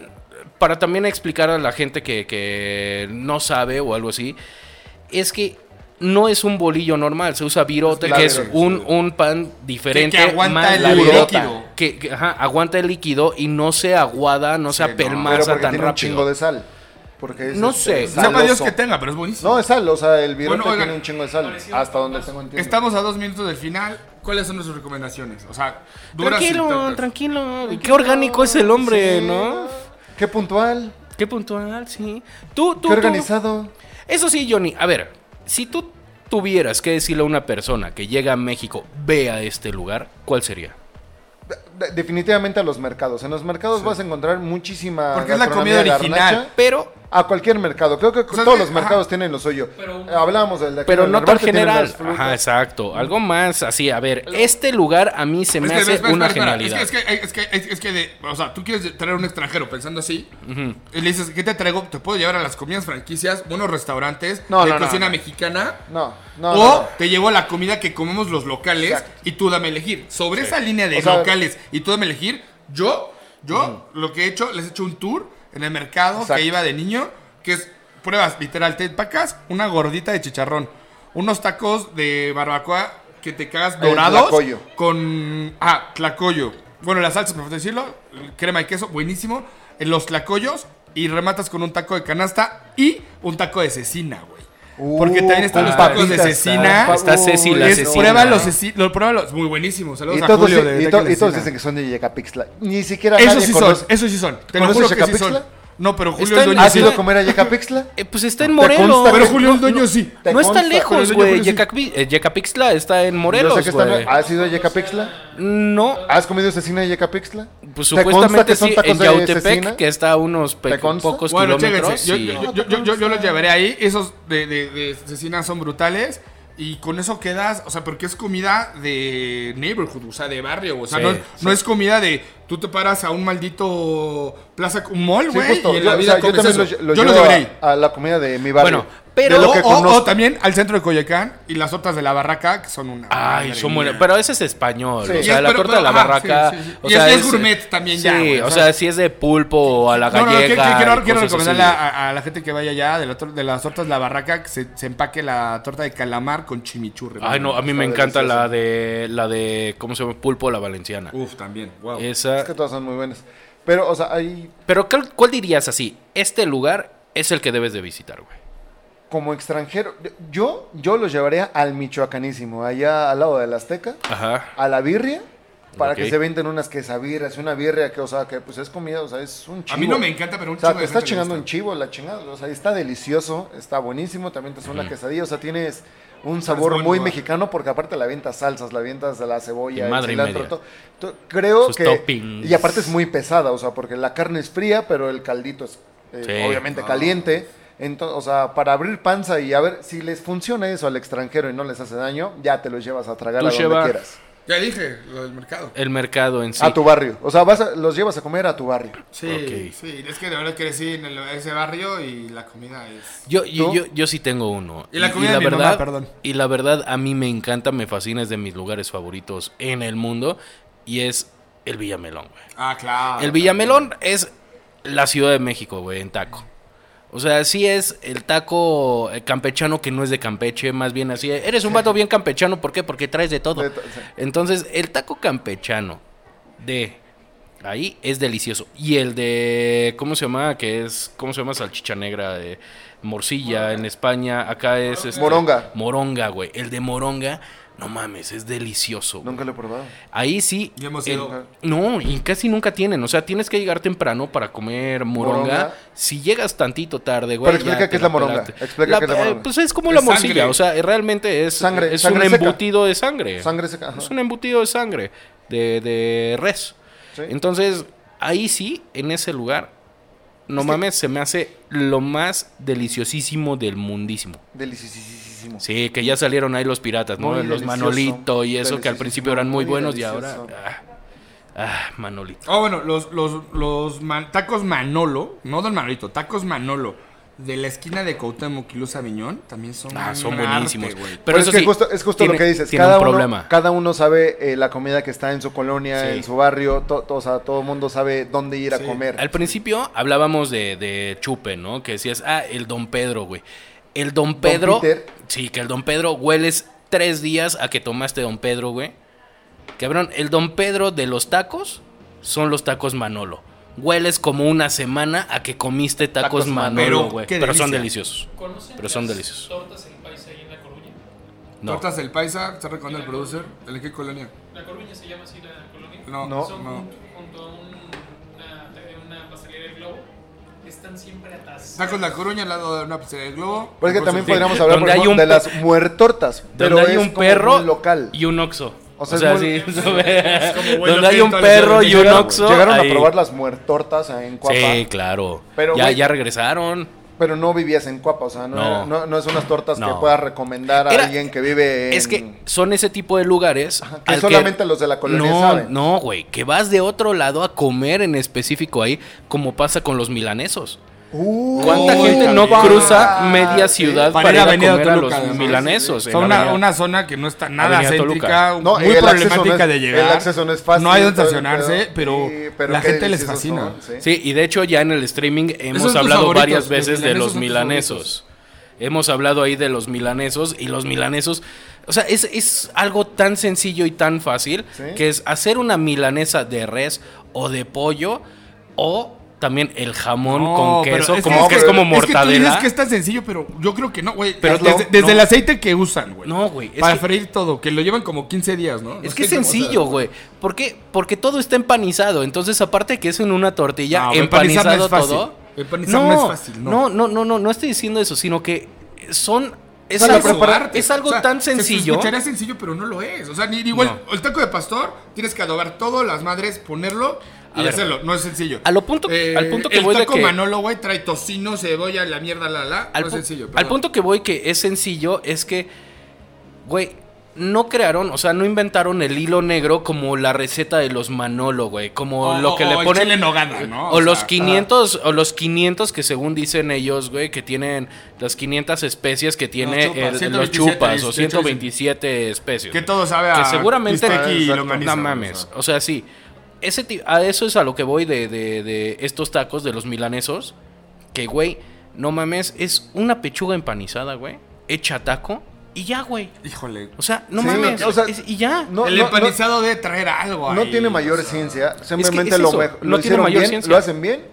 para también explicar a la gente que, que no sabe o algo así, es que no es un bolillo normal, se usa virote, Claro, que es sí, un, un pan diferente, Que- que aguanta el duro, líquido. que, que, ajá, aguanta el líquido y no se aguada, no se Sí, no, Pero apermasa porque tan tiene un chingo rápido. de sal. Porque es, No este, sé, Sepa Dios saloso. que tenga, pero es buenísimo. No, es sal, o sea, el virote Bueno, oigan, tiene un chingo de sal. parecido Hasta a donde papas. tengo entendido. Estamos a dos minutos del final. ¿Cuáles son nuestras recomendaciones? O sea, duras y Tranquilo, tortas. tranquilo, qué orgánico es el hombre, Sí, ¿no? Qué puntual, Qué puntual, sí. Tú, tú, qué tú. organizado. Eso sí, Johnny, a ver, si tú tuvieras que decirle a una persona que llega a México, ve a este lugar, ¿cuál sería? De- Definitivamente a los mercados. En los mercados vas a encontrar muchísima. Porque es la gastronomía comida garnacha. original. Pero, A cualquier mercado. Creo que sea, todos que- los mercados ajá. tienen lo suyo. Pero- Hablábamos del de aquí pero del no tan Narvarte, tienen general. las frutas. Ajá, exacto. Algo más así, a ver, este lugar a mí se me Es que, hace espera, una espera, espera. genialidad. Es que, es que, es que, es- es que de- o sea, tú quieres traer a un extranjero pensando así. Y le dices, ¿qué te traigo? Te puedo llevar a las comidas franquicias, buenos restaurantes, No, de no, no, cocina no. mexicana. No, no. o no, no. te llevo la comida que comemos los locales Exacto. y tú dame a elegir. Sobre esa línea de O sea- locales y tú dame a elegir, yo, yo lo que he hecho, les he hecho un tour en el mercado Exacto. que iba de niño, que es pruebas literal, te empacas una gordita de chicharrón, unos tacos de barbacoa que te cagas El dorados tlacoyo. con ah, tlacoyo. Bueno, las salsas, por decirlo, crema y queso, buenísimo. En los tlacoyos y rematas con un taco de canasta y un taco de cecina, güey. Uh, Porque también están con los tacos de papitas, cecina. pa- Está uy, Ceci la es- Es, asesina. prueba los ceci- lo- prueba los- muy buenísimo. Saludos Y a todos, Julio di- de y to- Taco de y todos Cecina. dicen que son de Yecapixtla. Ni siquiera Esos nadie sí conoce. son, esos sí son. Te lo ¿Conoces juro que sí Chacapixtla? son. No, pero Julio Está es en- dueño Ah, ¿Has sí. ido a comer a Yecapixtla? Eh, pues está en consta Morelos. que- Pero Julio es dueño sí. ¿Te no está consta? lejos, Julio, güey. Julio, sí. Yecapi- eh, Yecapixtla está en Yo Morelos, sé que está- güey. ¿Has ido a Yecapixtla? No, ¿Has comido cecina de Yecapixtla? pues ¿Te consta supuestamente que son sí, tacos en de Yautepec, cecina? que está a unos pe- ¿Te consta? pocos Bueno, kilómetros. chéquense. Yo, y- yo, yo, yo- yo- yo los llevaré ahí. Esos de, de, de cecina son brutales. Y con eso quedas, o sea, porque es comida de neighborhood, o sea, de barrio, o sea, Sí, no, no es comida de tú te paras a un maldito plaza, un mall, Sí, güey, justo. y en Yo- la o vida sea, yo comes también eso. lo, lle- lo yo lo llevo llevaré a- ahí. a, la comida de mi barrio. Bueno, Pero. De lo que o, conozco. o también al centro de Coyoacán y las tortas de la barraca, que son una. Ay, son buenas. maravilla. Pero ese es español. Sí. O Y sea, es- la pero- torta de la ajá, barraca. sí, sí. o Y es- sea, y es gourmet también ya, Sí, güey, o o sea, sea, si es de pulpo o a la No, no, que- que- gallega. quiero, y quiero cosas así. recomendarle a, a la ah, gente que vaya allá de, la tor- de las tortas de la barraca que se, se empaque la torta de calamar con chimichurri. Ay, no, a mí me Está encanta deliciosa. la de. La de. ¿Cómo se llama? Pulpo a la valenciana. Uf, también. Wow. Esa. Es que todas son muy buenas. Pero, o sea, hay Pero ¿cuál, cuál dirías así? Este lugar es el que debes de visitar, güey. como extranjero. Yo, yo los llevaría al michoacanísimo, allá al lado del Azteca, Ajá. a la birria, para Ok. que se venden unas quesabirras, una birria que, o sea, que pues es comida, o sea, es un chivo. A mí no me encanta, pero un O sea, chingo te de está gente le chingando un gusta. chivo, la chingada. O sea, está delicioso, está buenísimo. También te hace una quesadilla, o sea, tienes un sabor buen muy lugar. mexicano porque aparte la ventas salsas, la ventas de la cebolla, Y madre y media. todo. To- Creo Sus que. toppings. Y aparte es muy pesada, o sea, porque la carne es fría, pero el caldito es eh, Sí. obviamente Ah. caliente. Entonces, o sea, para abrir panza y a ver si les funciona eso al extranjero y no les hace daño, ya te los llevas a tragar Tú a donde lleva- quieras. Ya dije, lo del mercado. El mercado en sí. A tu barrio. O sea, vas a- los llevas a comer a tu barrio. Sí, Ok. sí. Es que de verdad crecí en el- ese barrio y la comida es. Yo, yo, ¿Tú? yo, yo sí tengo uno. Y la comida de mi verdad, mamá, perdón. Y la verdad, a mí me encanta, me fascina, es de mis lugares favoritos en el mundo. Y es el Villamelón, güey. Ah, claro. El Villamelón es la Ciudad de México, güey, en taco. O sea, sí es el taco eh, campechano que no es de Campeche, más bien así. Eres un vato bien campechano, ¿por qué? Porque traes de todo. De to- sí. Entonces, el taco campechano de ahí es delicioso. Y el de, ¿cómo se llama? Que es, ¿cómo se llama? Salchicha negra de morcilla en España. Acá es... este, Moronga. Moronga, güey. El de moronga, no mames, es delicioso. güey. Nunca lo he probado. Ahí sí. Ya hemos el- ido. no, y casi nunca tienen. O sea, tienes que llegar temprano para comer moronga. Moronga. Si llegas tantito tarde, güey. Pero explica ya qué te es la la moronga. pelaste. Explica qué es la eh, moronga. Pues es como Es la morcilla. sangre. O sea, eh, realmente es, Sangre, es sangre un seca. embutido de sangre. Sangre seca. ajá. Es un embutido de sangre. De, de res. Sí. Entonces, ahí sí, en ese lugar. No mames, se me hace lo más deliciosísimo del mundísimo. Deliciosísimo. Sí, que ya salieron ahí los piratas, ¿no? Muy los delicioso, Manolito y eso, que al deliciosísimo, principio eran muy, muy buenos y delicioso. ahora. Ah, ah, Manolito. Oh, bueno, los, los, los man- tacos Manolo, no del Manolito, tacos Manolo de la esquina de Cuauhtémoc y Luz Aviñón también son Ah, son un arte, buenísimos. güey. Pero, eso es que sí, justo, es justo tiene- lo que dices. Tiene Cada un uno, problema. cada uno sabe eh, la comida que está en su colonia, Sí. en su barrio. to- to- o sea, todo el mundo sabe dónde ir a comer. Al principio hablábamos de, de Chupe, ¿no? Que decías, ah, el Don Pedro, güey. El Don Pedro. Peter. Sí, que el Don Pedro hueles tres días a que tomaste Don Pedro, güey. Cabrón, el Don Pedro de los tacos son los tacos Manolo. Hueles como una semana a que comiste tacos, Tacos Manolo, Manolo. Pero, güey. qué Pero son delicia. deliciosos. ¿Conocen Pero son las deliciosos. tortas en país ahí en La Coruña? No. Tortas del Paisa, ¿está recordando el producer? ¿En qué colonia? La Coruña se llama así la colonia. No, No. Son no. junto- junto a un- una, una pastelería del globo. Están siempre atascados. Tacos La Coruña al lado de una pizzería de Globo. Porque Un también productor- podríamos hablar por Donde hay ejemplo, un de pe- las muertortas. Pero Donde hay es un como perro muy local. y un oxo. O O sea, sea, es muy- sí, güey, donde lo hay un siento, perro lo y siento, un güey. oxo. Llegaron a probar las muertortas en Cuapa, Sí, claro. Pero, ya, güey- ya regresaron. pero no vivías en Cuapa. O sea, no, No. era- no- no es unas tortas No. que puedas recomendar a Era- alguien que vive en... Es que son ese tipo de lugares. Ajá, que al solamente los de la colonia no, saben. No, güey. Que vas de otro lado a comer en específico ahí, como pasa con los milanesos. Uy, ¿Cuánta gente no va. cruza media Sí. ciudad Para para ir ir a Avenida comer a Toluca, los además. milanesos? Son en la una, avenida? una zona que no está nada Avenida céntrica, Toluca. No, y muy el acceso no problemática es- de llegar. el acceso no es fácil, No hay donde todo el estacionarse, pedo. pero, Sí, pero la qué gente les deliciosos fascina. son, sí. Sí, y de hecho ya en el streaming son hemos tus hablado favoritos, varias los veces de milanesos los son tus milanesos. Hemos hablado ahí de los milanesos y los milanesos, o sea, es, es algo tan sencillo y tan fácil Sí. que es hacer una milanesa de res o de pollo o también el jamón No, con pero queso, es como que, es como mortadela. Es que tú dices que es tan sencillo, pero yo creo que no, güey. Pero desde, no, desde no. el aceite que usan, güey. No, güey, es Para que- freír todo, que lo llevan como 15 días, ¿no? Es que es sencillo, güey. ¿Por qué? Porque todo está empanizado. Entonces, aparte de que es en una tortilla, No, empanizar no empanizado es fácil. todo. Empanizar no es fácil, no. no, no, no, no, no estoy diciendo eso, sino que son. Es Solo algo, preparar- es algo tan Se sencillo. escucharía sencillo, pero no lo es. O sea, ni igual el taco de pastor, tienes que adobar todo, las madres, ponerlo A y ver, hacerlo. No es sencillo. Eh, a lo punto- al punto que el voy de taco que- Manolo, güey, trae tocino, cebolla, la mierda, la la. Al, no es pu- sencillo. al perdón. punto que voy que es sencillo es que, güey, no crearon, o sea, no inventaron el hilo negro como la receta de los Manolo, güey, como O- lo que o- le o el ponen chile en nogada, ¿no? O, O los sea, 500 o los 500 que según dicen ellos, güey, que tienen las 500 especies que tiene chupas, el- 127, los chupas o de hecho, 127 especies. Que güey. todo sabe a. Que seguramente- bistec y Exacto. longaniza, No güey, o mames. sea. O sea, sí. Ese ti- a eso es a lo que voy de, de- de estos tacos de los milanesos. Que, güey, no mames, es una pechuga empanizada, güey. Hecha taco y ya, güey. Híjole. O sea, no Sí, mames. o sea, es- y ya. no- el empanizado debe traer algo No ahí, tiene o mayor sea. ciencia, simplemente es lo, eso, mej- no lo tiene hicieron mayor bien, ciencia. lo hacen bien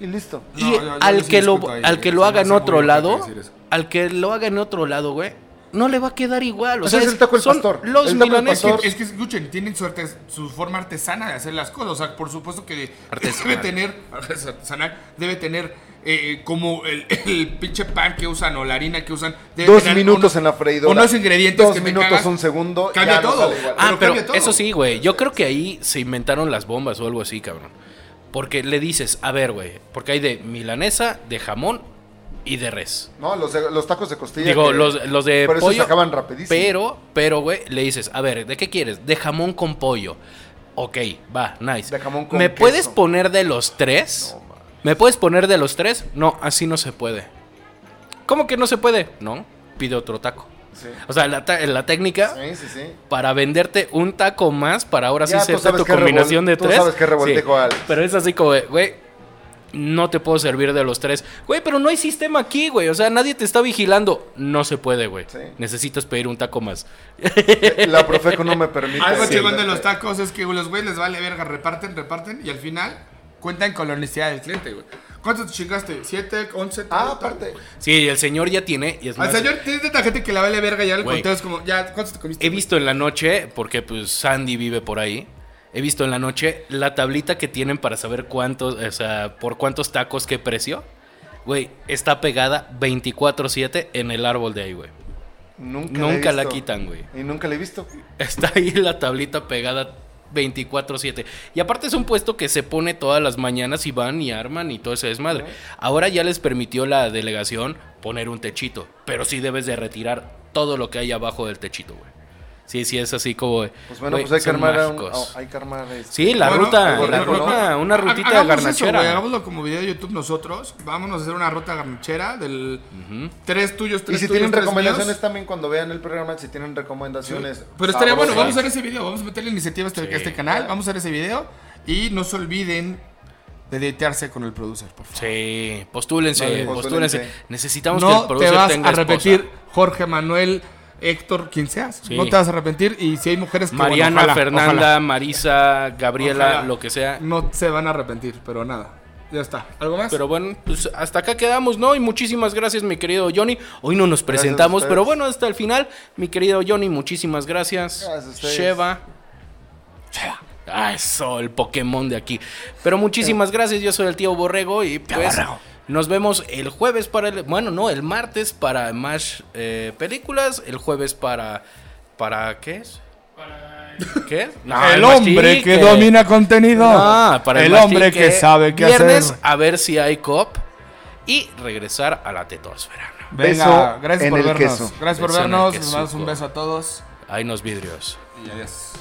y listo. Y No, yo- yo al, sí que lo, discuto ahí, al que güey. lo Se me haga en hace muy otro hipócrita lado, decir eso. al que lo haga en otro lado, güey, no le va a quedar igual. O Ese sea, Pues es el taco al son pastor. Los El taco al milanesos. pastor. Es que escuchen, tienen su, arte- su forma artesana de hacer las cosas. O sea, por supuesto que Artesanal. debe tener, artesanal, debe tener eh, como el, el pinche pan que usan o la harina que usan. debe Dos tener minutos unos- en la freidora. Unos ingredientes Dos que te minutos, cagas. un segundo, Cambia ya no todo. sale igual. Ah, pero, cambia todo. eso sí, güey. Yo creo que ahí se inventaron las bombas o algo así, cabrón. Porque le dices, a ver, güey, porque hay de milanesa, de jamón y de res. No, los, de- los tacos de costilla. Digo, que- los, los de pero esos pollo. acaban rapidísimo. Pero, pero, güey, le dices, a ver, ¿de qué quieres? De jamón con pollo. Ok, va, nice. De jamón con ¿Me queso. puedes poner de los tres? No, mames. ¿Me puedes poner de los tres? No, así no se puede. ¿Cómo que no se puede? No, pide otro taco. Sí. O sea, la, ta- la técnica Sí, sí, sí. para venderte un taco más para ahora Ya, tú sí ser sabes tu qué combinación revol- de tú tres. sabes qué revoltijo, Alex. Pero es así como, de, güey, no te puedo servir de los tres. Güey, pero no hay sistema aquí, güey. O sea, nadie te está vigilando. No se puede, güey. Sí. Necesitas pedir un taco más. La Profeco no me permite. Algo Sí. chingón de los tacos es que los güeyes les vale verga, reparten, reparten y al final cuentan con la honestidad del cliente, güey. ¿Cuántos te chingaste? ¿Siete? ¿Once? Ah, tal, tal. aparte. Sí, el señor ya tiene. Y es Al más, señor tiene tanta gente que la vale verga y ya le Güey. conté, es como, ya, ¿cuántos te comiste? He visto en la noche, porque pues Sandy vive por ahí. He visto en la noche la tablita que tienen para saber cuántos, o sea, por cuántos tacos qué precio. Güey, está pegada 24/7 en el árbol de ahí, güey. Nunca, he Nunca la visto. quitan, güey. Y nunca la he visto. Está ahí la tablita pegada 24/7. Y aparte es un puesto que se pone todas las mañanas y van y arman y todo ese desmadre. Ahora ya les permitió la delegación poner un techito, pero sí debes de retirar todo lo que hay abajo del techito, güey. Sí, sí, es así como... Pues bueno, güey, pues hay que son armar. a un- mágicos. oh, hay que armar. este- Sí, la Bueno, ruta, algo la rico, ruta, ¿no? una Ha- rutita hagamos eso, garnachera. güey, hagámoslo como video de YouTube nosotros. Vámonos a hacer una ruta garnachera del tres tuyos, Y tres si tuyos, tienen tres recomendaciones míos. también cuando vean el programa, si tienen recomendaciones. Pero estaría bueno, sabrosas. vamos a hacer ese video, vamos a meterle iniciativa a este, a este canal, vamos a hacer ese video y no se olviden de deitearse con el producer, por favor. Sí, postúlense, Vale, postúlense. postúlense. Necesitamos que el no te producer vas tenga a repetir, esposa. Jorge Manuel, Héctor, quien seas. Sí. No te vas a repetir. Y si hay mujeres que bueno, Mariana, ojalá, Fernanda, ojalá, Marisa, Gabriela, ojalá, lo que sea. No se van a arrepentir, pero nada. Ya está. ¿Algo más? Pero bueno, pues hasta acá quedamos, ¿no? Y muchísimas gracias, mi querido Johnny. Hoy no nos Gracias a presentamos, ustedes. pero bueno, hasta el final, mi querido Johnny, muchísimas gracias. Gracias a ustedes. Sheva. Sheva. Ah, eso, el Pokémon de aquí. Pero muchísimas gracias, yo soy el tío Borrego y pues nos vemos el jueves para el... Bueno, no, el martes para más eh, películas, el jueves para... ¿Para qué es? Para ¿Qué? No, más chique. contenido. No, para Ah, el, hombre que sabe qué viernes, a ver si hay cop y regresar a la tetosfera. Venga, Beso gracias en por el vernos. queso. Gracias por Beso en el vernos. Les quesuco. mandamos un beso a todos. Hay unos vidrios. Y adiós.